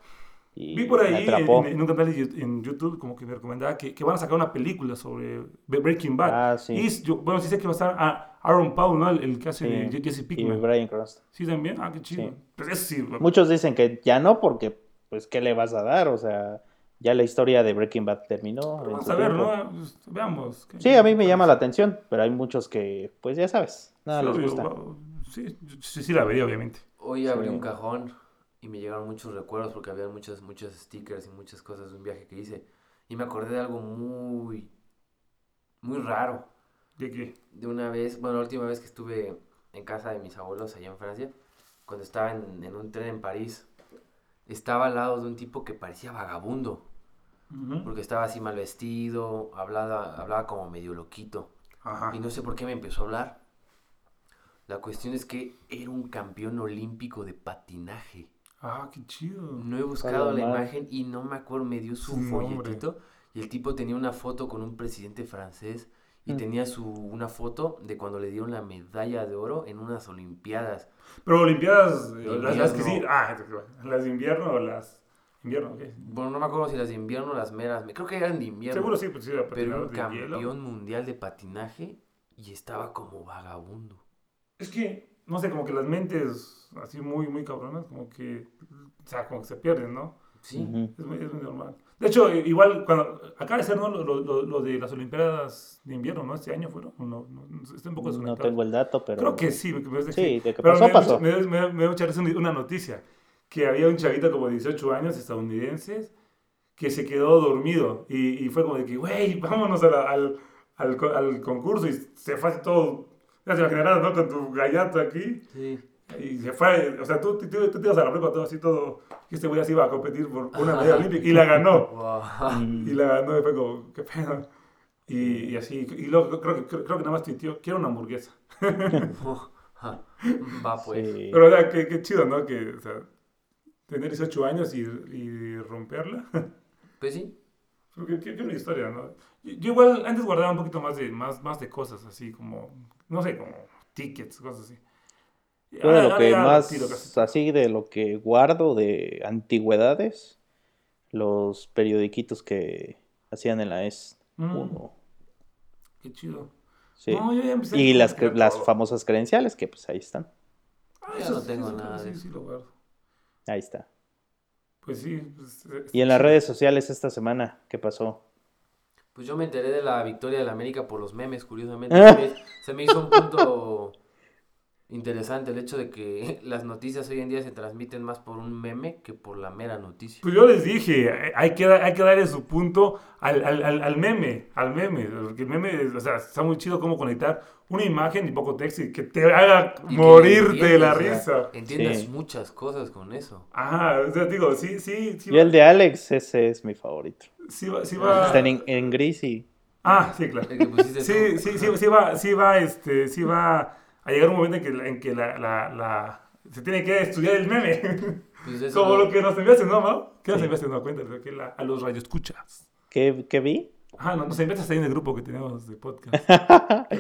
[SPEAKER 3] Y
[SPEAKER 1] Vi por
[SPEAKER 3] me
[SPEAKER 1] ahí
[SPEAKER 3] atrapó.
[SPEAKER 1] en, en un canal de Yu- en YouTube como que me recomendaba que, que van a sacar una película sobre Be- Breaking Bad.
[SPEAKER 3] Ah, sí.
[SPEAKER 1] Y s- yo- bueno, sí sé que va a estar ah, Aaron Paul, ¿no? El, el que hace
[SPEAKER 3] Sí.
[SPEAKER 1] de Je- Jesse
[SPEAKER 3] y
[SPEAKER 1] Pinkman.
[SPEAKER 3] Brian Cranston.
[SPEAKER 1] Sí, también. Ah, qué chido.
[SPEAKER 3] Sí.
[SPEAKER 1] Pues eso sí.
[SPEAKER 3] Muchos dicen que ya no, porque, pues, ¿qué le vas a dar? O sea, ya la historia de Breaking Bad terminó. en
[SPEAKER 1] Vamos
[SPEAKER 3] su
[SPEAKER 1] a ver,
[SPEAKER 3] tiempo.
[SPEAKER 1] ¿no? Pues, veamos.
[SPEAKER 3] Sí, a mí me llama la atención, pero hay muchos que, pues, ya sabes, nada les
[SPEAKER 1] Obvio,
[SPEAKER 3] gusta.
[SPEAKER 1] wow. Sí, sí, sí la vería, obviamente.
[SPEAKER 2] Hoy abrí
[SPEAKER 3] Sí.
[SPEAKER 2] un cajón y me llegaron muchos recuerdos porque había muchos, muchos stickers y muchas cosas de un viaje que hice. Y me acordé de algo muy, muy raro.
[SPEAKER 1] ¿De qué?
[SPEAKER 2] De una vez, bueno, la última vez que estuve en casa de mis abuelos allá en Francia, cuando estaba en, en un tren en París, estaba al lado de un tipo que parecía vagabundo,
[SPEAKER 1] Ujú.
[SPEAKER 2] porque estaba así mal vestido, hablaba, hablaba como medio loquito.
[SPEAKER 1] Ajá.
[SPEAKER 2] Y no sé por qué me empezó a hablar. La cuestión es que era un campeón olímpico de patinaje.
[SPEAKER 1] Ah, qué chido.
[SPEAKER 2] No he buscado la
[SPEAKER 3] madre.
[SPEAKER 2] imagen y no me acuerdo, me dio su
[SPEAKER 1] Su nombre.
[SPEAKER 2] folletito. Y el tipo tenía una foto con un presidente francés y
[SPEAKER 3] Mm.
[SPEAKER 2] tenía su, una foto de cuando le dieron la medalla de oro en unas olimpiadas.
[SPEAKER 1] Pero Olimpiadas, eh, las, las que sí.
[SPEAKER 2] Invierno.
[SPEAKER 1] Ah, las de invierno o las. Invierno, ok.
[SPEAKER 2] Bueno, no me acuerdo si las de invierno o las meras, me- creo que eran de invierno.
[SPEAKER 1] Seguro sí, pues sí, la
[SPEAKER 2] Pero era un
[SPEAKER 1] patinada de hielo.
[SPEAKER 2] campeón mundial de patinaje y estaba como vagabundo.
[SPEAKER 1] Es que, no sé, como que las mentes así muy, muy cabronas, como que, o sea, como que se pierden, ¿no?
[SPEAKER 2] Sí.
[SPEAKER 3] Ujú.
[SPEAKER 1] Es muy, es muy normal. De hecho, eh, igual, cuando, acaba de ser, ¿no? Lo, lo- lo- lo de las Olimpiadas de invierno, ¿no? Este año fueron, no, no, no, estoy un poco
[SPEAKER 3] No
[SPEAKER 1] desconectado.
[SPEAKER 3] tengo el dato, pero.
[SPEAKER 1] Creo que sí, me, me parece
[SPEAKER 3] Sí, de que
[SPEAKER 1] Pero
[SPEAKER 3] pasó,
[SPEAKER 1] me,
[SPEAKER 3] pasó.
[SPEAKER 1] Me, me, me dio mucha risa una- una noticia, que había un chavito como de 18 años, estadounidense, que se quedó dormido y, y fue como de que, güey, vámonos a la- al, al, co- al concurso y se fue así todo Ya se imaginarás, ¿no? Con tu gallato aquí.
[SPEAKER 2] Sí.
[SPEAKER 1] Y se fue, o sea, tú, tú, tú, te ibas a la prepa todo así, todo, y este güey así iba a competir por una medalla olímpica, y la ganó,
[SPEAKER 2] Wow.
[SPEAKER 1] Ah, y la ganó, y fue como, qué pedo. Y, y así, y luego creo, que- creo, creo que nada más tuiteó, quiero una hamburguesa.
[SPEAKER 2] Va pues.
[SPEAKER 3] Sí.
[SPEAKER 1] Pero, o sea, qué, qué chido, ¿no? Que, o sea, tener 18 años y, y romperla.
[SPEAKER 2] Pues sí.
[SPEAKER 1] Porque qué, qué buena historia, ¿no? Yo, yo igual antes guardaba un poquito más de, más, más de cosas, así como, no sé, como tickets, cosas así. Y
[SPEAKER 3] Yo de
[SPEAKER 1] ahora-
[SPEAKER 3] lo
[SPEAKER 1] ahora
[SPEAKER 3] que
[SPEAKER 1] ya
[SPEAKER 3] más,
[SPEAKER 1] tiro casi.
[SPEAKER 3] así de lo que guardo de antigüedades, los periodiquitos que hacían en la ES.
[SPEAKER 1] Mm.
[SPEAKER 3] uno,
[SPEAKER 1] Qué chido.
[SPEAKER 3] sí.
[SPEAKER 1] No, yo ya empecé
[SPEAKER 3] y
[SPEAKER 1] a-
[SPEAKER 3] las, cre- las
[SPEAKER 1] todo.
[SPEAKER 3] famosas credenciales, que pues ahí están.
[SPEAKER 1] Ah,
[SPEAKER 2] Yo
[SPEAKER 1] eso
[SPEAKER 2] no
[SPEAKER 1] sí,
[SPEAKER 2] tengo
[SPEAKER 1] eso
[SPEAKER 2] nada
[SPEAKER 1] sí,
[SPEAKER 2] de
[SPEAKER 1] sí, lo guardo.
[SPEAKER 3] Ahí está.
[SPEAKER 1] Pues sí. pues, eh,
[SPEAKER 3] Y en las
[SPEAKER 1] sí.
[SPEAKER 3] redes sociales esta semana, ¿qué pasó?
[SPEAKER 2] Pues yo me enteré de la victoria de la América por los memes, curiosamente.
[SPEAKER 3] Ah.
[SPEAKER 2] Se me- Se me hizo un punto interesante el hecho de que las noticias hoy en día se transmiten más por un meme que por la mera noticia.
[SPEAKER 1] Pues yo les dije, eh, hay que, da- hay que darle su punto al, al, al, al meme, al meme, porque el meme, es- o sea, está muy chido cómo conectar una imagen y poco texto y que te haga
[SPEAKER 2] Y que
[SPEAKER 1] morir de la
[SPEAKER 2] entiendas, o sea,
[SPEAKER 1] risa.
[SPEAKER 2] Entiendas
[SPEAKER 3] Sí.
[SPEAKER 2] muchas cosas con eso.
[SPEAKER 1] Ah, o sea, digo, sí, sí, Ah. sí.
[SPEAKER 3] Yo el de Alex, ese es mi favorito.
[SPEAKER 1] Sí va, sí va.
[SPEAKER 3] Está en, en gris y...
[SPEAKER 1] Ah, sí, claro.
[SPEAKER 2] El que pusiste
[SPEAKER 1] Sí,
[SPEAKER 2] tú.
[SPEAKER 1] sí, sí, sí va, sí va, este, sí va a llegar un momento en que, la- en que la, la, la- se tiene que estudiar el meme.
[SPEAKER 2] Pues eso
[SPEAKER 1] Como
[SPEAKER 2] no-
[SPEAKER 1] lo que nos enviaste, ¿no, Mau? ¿Qué nos
[SPEAKER 3] Sí.
[SPEAKER 1] enviaste? No, cuéntame, que la- a los radioescuchas.
[SPEAKER 3] ¿Qué, qué vi?
[SPEAKER 1] Ah, no, nos enviaste ahí en el grupo que tenemos de podcast.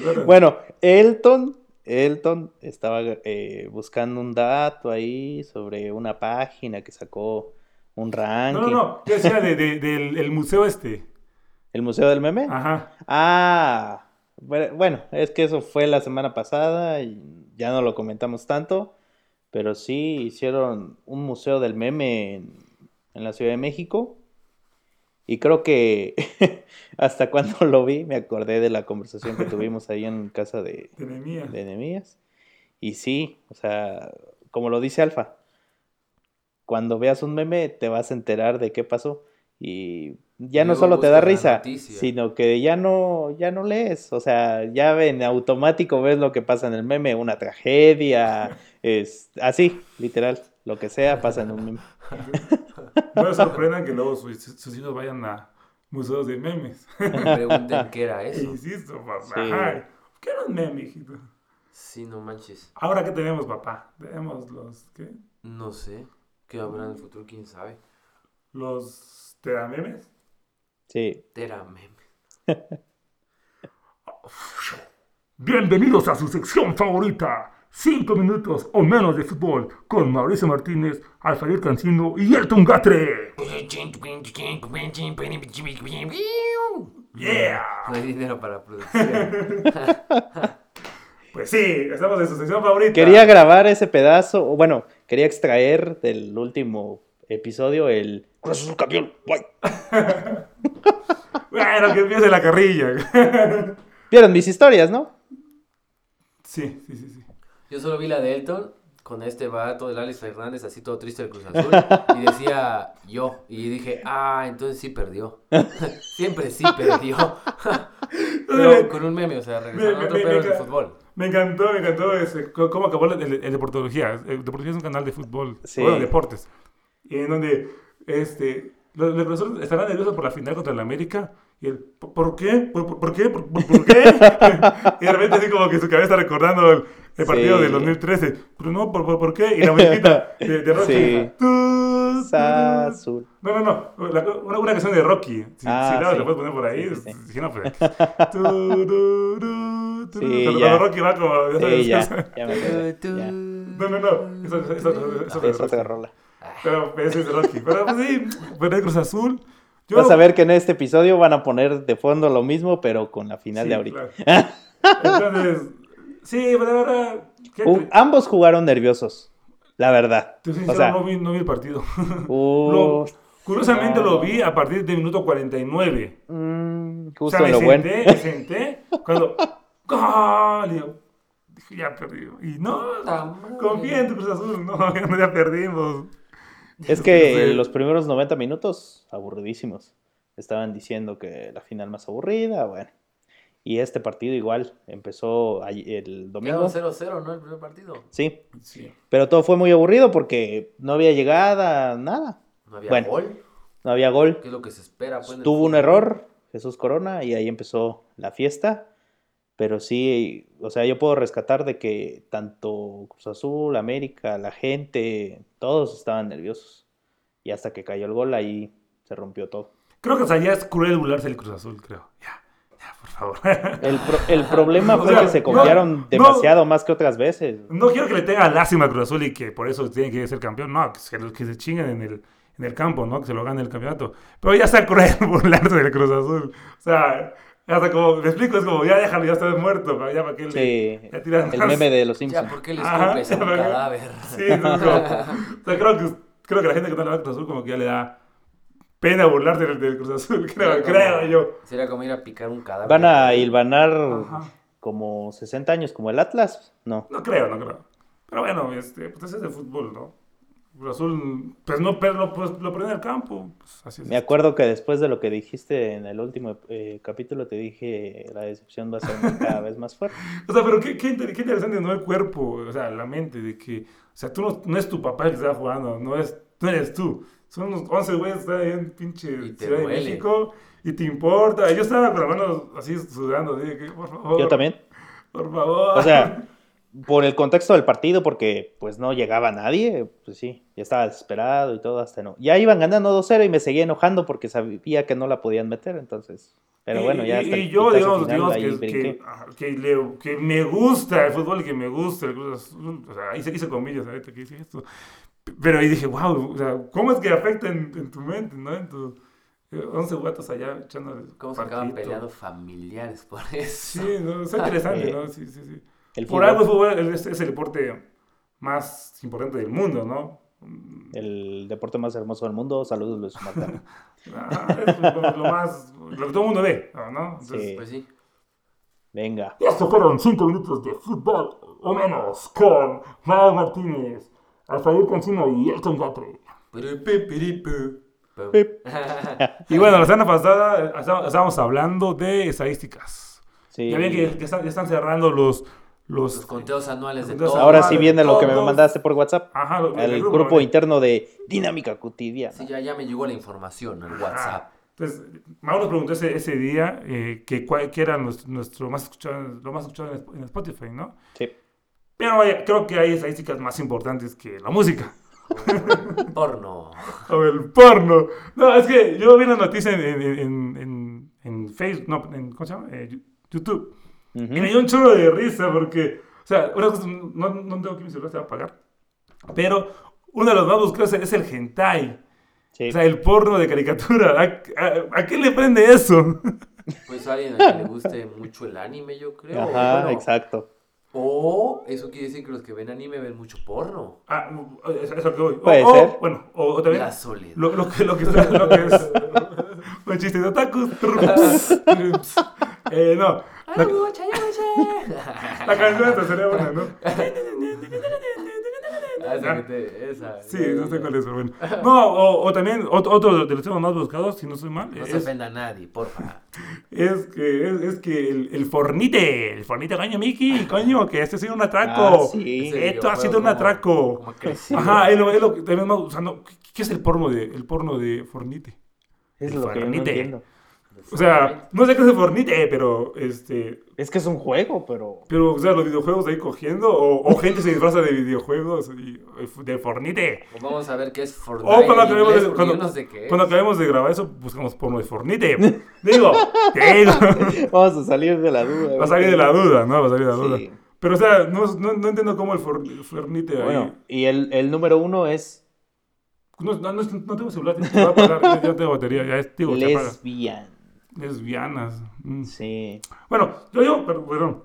[SPEAKER 1] bueno.
[SPEAKER 3] Bueno, Elton, Elton estaba eh, buscando un dato ahí sobre una página que sacó un ranking.
[SPEAKER 1] No, no, no, yo decía de, de- del el museo este.
[SPEAKER 3] ¿El Museo del Meme?
[SPEAKER 1] Ajá.
[SPEAKER 3] Ah, bueno, bueno, es que eso fue la semana pasada y ya no lo comentamos tanto, pero sí hicieron un museo del meme en, en la Ciudad de México y creo que hasta cuando lo vi me acordé de la conversación que tuvimos ahí en casa de,
[SPEAKER 1] De Nehemías.
[SPEAKER 3] de Nehemías. Y sí, o sea, como lo dice Alfa, cuando veas un meme te vas a enterar de qué pasó y ya
[SPEAKER 2] Y
[SPEAKER 3] no
[SPEAKER 2] luego
[SPEAKER 3] solo te da
[SPEAKER 2] buscas la
[SPEAKER 3] risa,
[SPEAKER 2] noticia.
[SPEAKER 3] sino que ya no ya no lees, o sea, ya en automático ves lo que pasa en el meme, una tragedia, es así, literal, lo que sea pasa en un meme.
[SPEAKER 1] No me sorprendan que luego sus, sus hijos vayan a museos de memes.
[SPEAKER 2] Me pregunten qué era
[SPEAKER 1] E
[SPEAKER 2] eso.
[SPEAKER 1] Insisto, papá.
[SPEAKER 3] Sí.
[SPEAKER 1] Ay, ¿Qué era un meme, hijito?
[SPEAKER 2] Sí, no manches.
[SPEAKER 1] Ahora, ¿qué tenemos, papá? Tenemos los, ¿qué?
[SPEAKER 2] No sé. ¿Qué habrá en el futuro? ¿Quién sabe?
[SPEAKER 1] Los teramemes.
[SPEAKER 3] Sí.
[SPEAKER 2] Tera meme.
[SPEAKER 1] Bienvenidos a su sección favorita. Cinco minutos o menos de fútbol con Mauricio Martínez, Alfredo Cancino y Elton Gatre. ¡Yeah!
[SPEAKER 2] No hay dinero para producción.
[SPEAKER 1] Pues sí, estamos en su sección favorita.
[SPEAKER 3] Quería grabar ese pedazo, o bueno, quería extraer del último episodio el Cruz Azul campeón, guay.
[SPEAKER 1] Bueno, que empiece la carrilla.
[SPEAKER 3] Vieron mis historias, ¿no?
[SPEAKER 1] Sí, sí, sí, sí.
[SPEAKER 2] Yo solo vi la de Elton con este vato del Alex Fernández, así todo triste del Cruz Azul. Y decía yo. Y dije, ah, entonces sí perdió. Siempre sí perdió. Pero con un meme, o sea, regresaron a otro pedo del fútbol.
[SPEAKER 1] Me encantó, me encantó ese- c- cómo acabó el, el- el Deportología. El Deportología es un canal de fútbol,
[SPEAKER 3] Sí.
[SPEAKER 1] bueno, deportes, en donde este, los, los profesores estarán nerviosos por la final contra el América. Y él, "¿Por- ¿por qué? ¿Por, por- por qué? ¿Por, por- por qué? y de repente así como que su cabeza recordando el, el partido
[SPEAKER 3] Sí.
[SPEAKER 1] del 2013. Pero no, ¿por, por, por qué? Y la musiquita de, de Rocky.
[SPEAKER 3] Sí.
[SPEAKER 1] Tu, tu,
[SPEAKER 3] Cruz Azul.
[SPEAKER 1] no, no, no. La- una, una canción de Rocky. Si,
[SPEAKER 3] Ah,
[SPEAKER 1] si no,
[SPEAKER 3] sí.
[SPEAKER 1] la puedes poner por ahí.
[SPEAKER 3] Sí, sí, sí.
[SPEAKER 1] Si no, pues. Tu, tu, tu, tu.
[SPEAKER 3] Sí,
[SPEAKER 1] Cuando-
[SPEAKER 3] ya.
[SPEAKER 1] cuando Rocky va como. ya
[SPEAKER 3] Sí,
[SPEAKER 1] sabes,
[SPEAKER 3] ya, ya me acordé, ya.
[SPEAKER 1] No, no, no. Eso, eso, eso, eso, eso
[SPEAKER 3] Es
[SPEAKER 1] es
[SPEAKER 3] otra
[SPEAKER 1] Rocky.
[SPEAKER 3] rola.
[SPEAKER 1] Pero pero ese es Rocky. Pero pues sí, pero es Cruz Azul. Yo-
[SPEAKER 3] Vas a ver que en este episodio van a poner de fondo lo mismo, pero con la final
[SPEAKER 1] Sí,
[SPEAKER 3] de ahorita.
[SPEAKER 1] claro. Entonces, sí, pero la verdad. ¿qué
[SPEAKER 3] Uh,
[SPEAKER 1] te-
[SPEAKER 3] ambos jugaron nerviosos, la verdad.
[SPEAKER 1] te soy
[SPEAKER 3] O
[SPEAKER 1] sincero,
[SPEAKER 3] sea,
[SPEAKER 1] no, vi, no vi el partido.
[SPEAKER 3] uh,
[SPEAKER 1] Lo- curiosamente
[SPEAKER 3] no.
[SPEAKER 1] lo vi a partir del minuto 49.
[SPEAKER 3] mm,
[SPEAKER 1] O
[SPEAKER 3] justo
[SPEAKER 1] sea, me
[SPEAKER 3] lo bueno.
[SPEAKER 1] senté, me senté cuando ¡Gol! Y yo, dije, ya perdió. Y no,
[SPEAKER 2] Puta madre.
[SPEAKER 1] confía en tu Cruz Azul. No, ya, ya perdimos.
[SPEAKER 3] Es
[SPEAKER 1] Sí.
[SPEAKER 3] que los primeros 90 minutos, aburridísimos. Estaban diciendo que la final más aburrida, bueno. Y este partido igual empezó a- el domingo.
[SPEAKER 2] Quedaron 0-0, ¿no? El primer partido.
[SPEAKER 3] Sí,
[SPEAKER 1] Sí.
[SPEAKER 3] pero todo fue muy aburrido porque no había llegada, nada.
[SPEAKER 2] No había
[SPEAKER 3] Bueno.
[SPEAKER 2] gol.
[SPEAKER 3] No había gol.
[SPEAKER 2] ¿Qué es lo que se espera? pues, en el
[SPEAKER 3] Tuvo un
[SPEAKER 2] fútbol?
[SPEAKER 3] error, Jesús Corona, y ahí empezó la fiesta. Pero sí, o sea, yo puedo rescatar de que tanto Cruz Azul, América, la gente, todos estaban nerviosos. Y hasta que cayó el gol, ahí se rompió todo.
[SPEAKER 1] Creo que o sea, ya es cruel burlarse del Cruz Azul, creo. Ya, ya, por favor.
[SPEAKER 3] El, pro- el problema
[SPEAKER 1] O
[SPEAKER 3] fue
[SPEAKER 1] sea,
[SPEAKER 3] que se
[SPEAKER 1] no,
[SPEAKER 3] confiaron
[SPEAKER 1] no.
[SPEAKER 3] demasiado más que otras veces.
[SPEAKER 1] no quiero que le tenga lástima a Cruz Azul y que por eso tiene que ser campeón. No, que se, que se chinguen en el, en el campo, ¿no? Que se lo gane el campeonato. Pero ya está cruel burlarse del Cruz Azul. O sea, hasta como, me explico, es como, ya déjalo, ya está muerto. Ya para qué le...
[SPEAKER 3] Sí,
[SPEAKER 1] ya tiras
[SPEAKER 3] el
[SPEAKER 1] más.
[SPEAKER 3] meme de los
[SPEAKER 2] Ya,
[SPEAKER 3] Simpsons.
[SPEAKER 2] ¿por qué le
[SPEAKER 1] Ajá,
[SPEAKER 2] escupes a un
[SPEAKER 1] ¿verdad?
[SPEAKER 2] cadáver?
[SPEAKER 1] Sí, entonces como- o sea, creo que, creo que la gente que no le va a Cruz Azul como que ya le da pena burlarse del, del Cruz Azul, creo,
[SPEAKER 2] Sería como-
[SPEAKER 1] creo yo.
[SPEAKER 2] Sería como ir a picar un cadáver.
[SPEAKER 3] Van a hilvanar
[SPEAKER 1] Ajá.
[SPEAKER 3] como 60 años, como el Atlas. No,
[SPEAKER 1] No creo, no creo. Pero bueno, este, pues ese es de fútbol, ¿no? Cruz Azul, pues no, pero lo- pues, lo pone en el campo. pues, así es.
[SPEAKER 3] me acuerdo que después de lo que dijiste en el último eh, capítulo, te dije la decepción va a ser cada vez más fuerte.
[SPEAKER 1] O sea, pero qué, qué, inter- qué interesante, ¿no? El cuerpo, o sea, la mente, de que, o sea, tú no, no es tu papá el que está jugando, no, es, no eres tú. Son unos 11 güeyes que están ahí en
[SPEAKER 2] Y
[SPEAKER 1] pinche
[SPEAKER 2] te
[SPEAKER 1] Ciudad de
[SPEAKER 2] duele.
[SPEAKER 1] México y te importa. Yo estaba con la mano así sudando, así de que, por favor.
[SPEAKER 3] Yo también.
[SPEAKER 1] Por favor.
[SPEAKER 3] O sea, por el contexto del partido, porque pues no llegaba nadie, pues sí, ya estaba desesperado y todo, hasta no. Ya iban ganando 2-0 y me seguía enojando porque sabía que no la podían meter, entonces. Pero
[SPEAKER 1] Y-
[SPEAKER 3] bueno, ya
[SPEAKER 1] y,
[SPEAKER 3] hasta
[SPEAKER 1] y
[SPEAKER 3] el
[SPEAKER 1] yo,
[SPEAKER 3] pitazo
[SPEAKER 1] digamos,
[SPEAKER 3] final,
[SPEAKER 1] digamos
[SPEAKER 3] ahí
[SPEAKER 1] que,
[SPEAKER 3] brinqué.
[SPEAKER 1] que, ah, que le- que me gusta el fútbol y que me gusta el Cruz Azul. O sea, ahí se hizo comillas ahorita que hice esto. Pero ahí dije, wow, o sea, ¿cómo es que afecta en, en tu mente, no? En tu... eh, 11 guatos allá echando
[SPEAKER 2] ¿Cómo se acaban
[SPEAKER 1] partidito.
[SPEAKER 2] peleando familiares por eso?
[SPEAKER 1] Sí, no, está interesante,
[SPEAKER 3] Sí.
[SPEAKER 1] ¿no? Sí, sí, sí.
[SPEAKER 3] El
[SPEAKER 1] Por
[SPEAKER 3] fútbol,
[SPEAKER 1] algo el fútbol es, es el deporte más importante del mundo, ¿no?
[SPEAKER 3] el deporte más hermoso del mundo. Saludos, Luis Marta.
[SPEAKER 1] Ah, es lo, lo más... Lo que todo el mundo ve, ¿no? Entonces,
[SPEAKER 3] Sí.
[SPEAKER 2] Pues sí.
[SPEAKER 3] Venga.
[SPEAKER 1] Y estos fueron 5 minutos de fútbol o menos con Mao Martínez, Alfredo Cancino y Elton Gatre.
[SPEAKER 2] pues Piripi.
[SPEAKER 1] Y bueno, la semana pasada eh, estáb- estábamos hablando de estadísticas.
[SPEAKER 3] Sí.
[SPEAKER 1] Ya ven que ya están, ya están cerrando los... los,
[SPEAKER 2] Los conteos anuales de
[SPEAKER 1] Entonces,
[SPEAKER 2] todo.
[SPEAKER 3] Ahora
[SPEAKER 1] Madre,
[SPEAKER 3] sí viene lo que me
[SPEAKER 1] todos.
[SPEAKER 3] mandaste por WhatsApp.
[SPEAKER 1] ajá, los, eh.
[SPEAKER 3] El grupo,
[SPEAKER 1] ¿no?
[SPEAKER 3] interno de Dinámica Cotidiana.
[SPEAKER 2] Sí, ya, ya me llegó la información al
[SPEAKER 1] Ah,
[SPEAKER 2] WhatsApp.
[SPEAKER 1] Entonces, Mao nos preguntó ese, ese día eh, que cuál que era nuestro, nuestro más escuchado, lo más escuchado en Sp- en Spotify, ¿no?
[SPEAKER 3] Sí.
[SPEAKER 1] Pero vaya, creo que hay estadísticas más importantes que la música.
[SPEAKER 2] Porno.
[SPEAKER 1] O el porno. No, es que yo vi la noticia en, en, en, en- en Facebook, no, en, ¿cómo se llama? Eh, Yu- YouTube.
[SPEAKER 3] Ujú.
[SPEAKER 1] Y me dio un chorro de risa porque, o sea, una cosa, no, no tengo que mi celular se va a apagar, pero uno de los más buscados es el hentai.
[SPEAKER 3] Sí.
[SPEAKER 1] O sea, el porno de caricatura. ¿A, a, a qué le prende eso?
[SPEAKER 2] Pues a alguien a que le guste mucho el anime, yo creo.
[SPEAKER 3] Ajá,
[SPEAKER 2] Bueno,
[SPEAKER 3] exacto.
[SPEAKER 2] O eso quiere decir que los que ven anime ven mucho porno.
[SPEAKER 1] Ah, es, es lo que voy. O-
[SPEAKER 3] Puede
[SPEAKER 1] o,
[SPEAKER 3] ser.
[SPEAKER 1] Bueno, o, o también
[SPEAKER 2] La soledad.
[SPEAKER 1] lo, lo que, lo que, está- lo que es... Un chiste de otakus. Eh, no,
[SPEAKER 3] Ah,
[SPEAKER 2] Ay,
[SPEAKER 1] la-
[SPEAKER 2] guacha, ya, guacha.
[SPEAKER 1] la canción esta sería buena, ¿no?
[SPEAKER 2] Ah, esa que te- esa.
[SPEAKER 1] Sí, no sé cuál es, pero bueno. No, o, o también ot- otro de los temas más buscados, si no soy mal,
[SPEAKER 2] No se
[SPEAKER 1] es,
[SPEAKER 2] ofenda a nadie, porfa.
[SPEAKER 1] es que, es, es que el, el fornite, el fornite, coño, Miki, coño, que este ha sido un atraco.
[SPEAKER 3] Ah, sí.
[SPEAKER 2] Ese
[SPEAKER 1] Esto ha
[SPEAKER 2] videojuego
[SPEAKER 1] sido un
[SPEAKER 2] como-
[SPEAKER 1] atraco.
[SPEAKER 2] como ha crecido.
[SPEAKER 1] Ajá, es lo, es lo que también más usando. ¿Qué- ¿Qué es el porno de, el porno de fornite?
[SPEAKER 3] Es
[SPEAKER 1] El
[SPEAKER 3] lo que yo no
[SPEAKER 1] Fornite.
[SPEAKER 3] entiendo.
[SPEAKER 1] O sea, no sé qué es el fornite, eh, pero este.
[SPEAKER 3] Es que es un juego, pero.
[SPEAKER 1] Pero, o sea, los videojuegos ahí cogiendo, o, o gente se disfraza de videojuegos y, eh, de fornite.
[SPEAKER 2] Pues Vamos a ver qué es Fortnite.
[SPEAKER 1] O cuando
[SPEAKER 2] en inglés,
[SPEAKER 1] acabemos, de,
[SPEAKER 2] porque
[SPEAKER 1] cuando-
[SPEAKER 2] yo no sé qué es.
[SPEAKER 1] cuando acabemos de grabar eso, buscamos porno de Fornite. Digo, te digo.
[SPEAKER 3] Vamos a salir de la duda.
[SPEAKER 1] Va a salir de la duda, ¿no? Va a salir de la duda.
[SPEAKER 3] Sí.
[SPEAKER 1] Pero, o sea, no, no, no entiendo cómo el for- el Fornite ahí.
[SPEAKER 3] Bueno, y el, el número uno es
[SPEAKER 1] No, no, no- no tengo celular, te va a apagar. Ya- Ya no tengo batería, ya es, digo, se apaga.
[SPEAKER 3] lesbian.
[SPEAKER 1] Lesbianas. Mm.
[SPEAKER 3] Sí.
[SPEAKER 1] Bueno, yo digo, pero, perdón.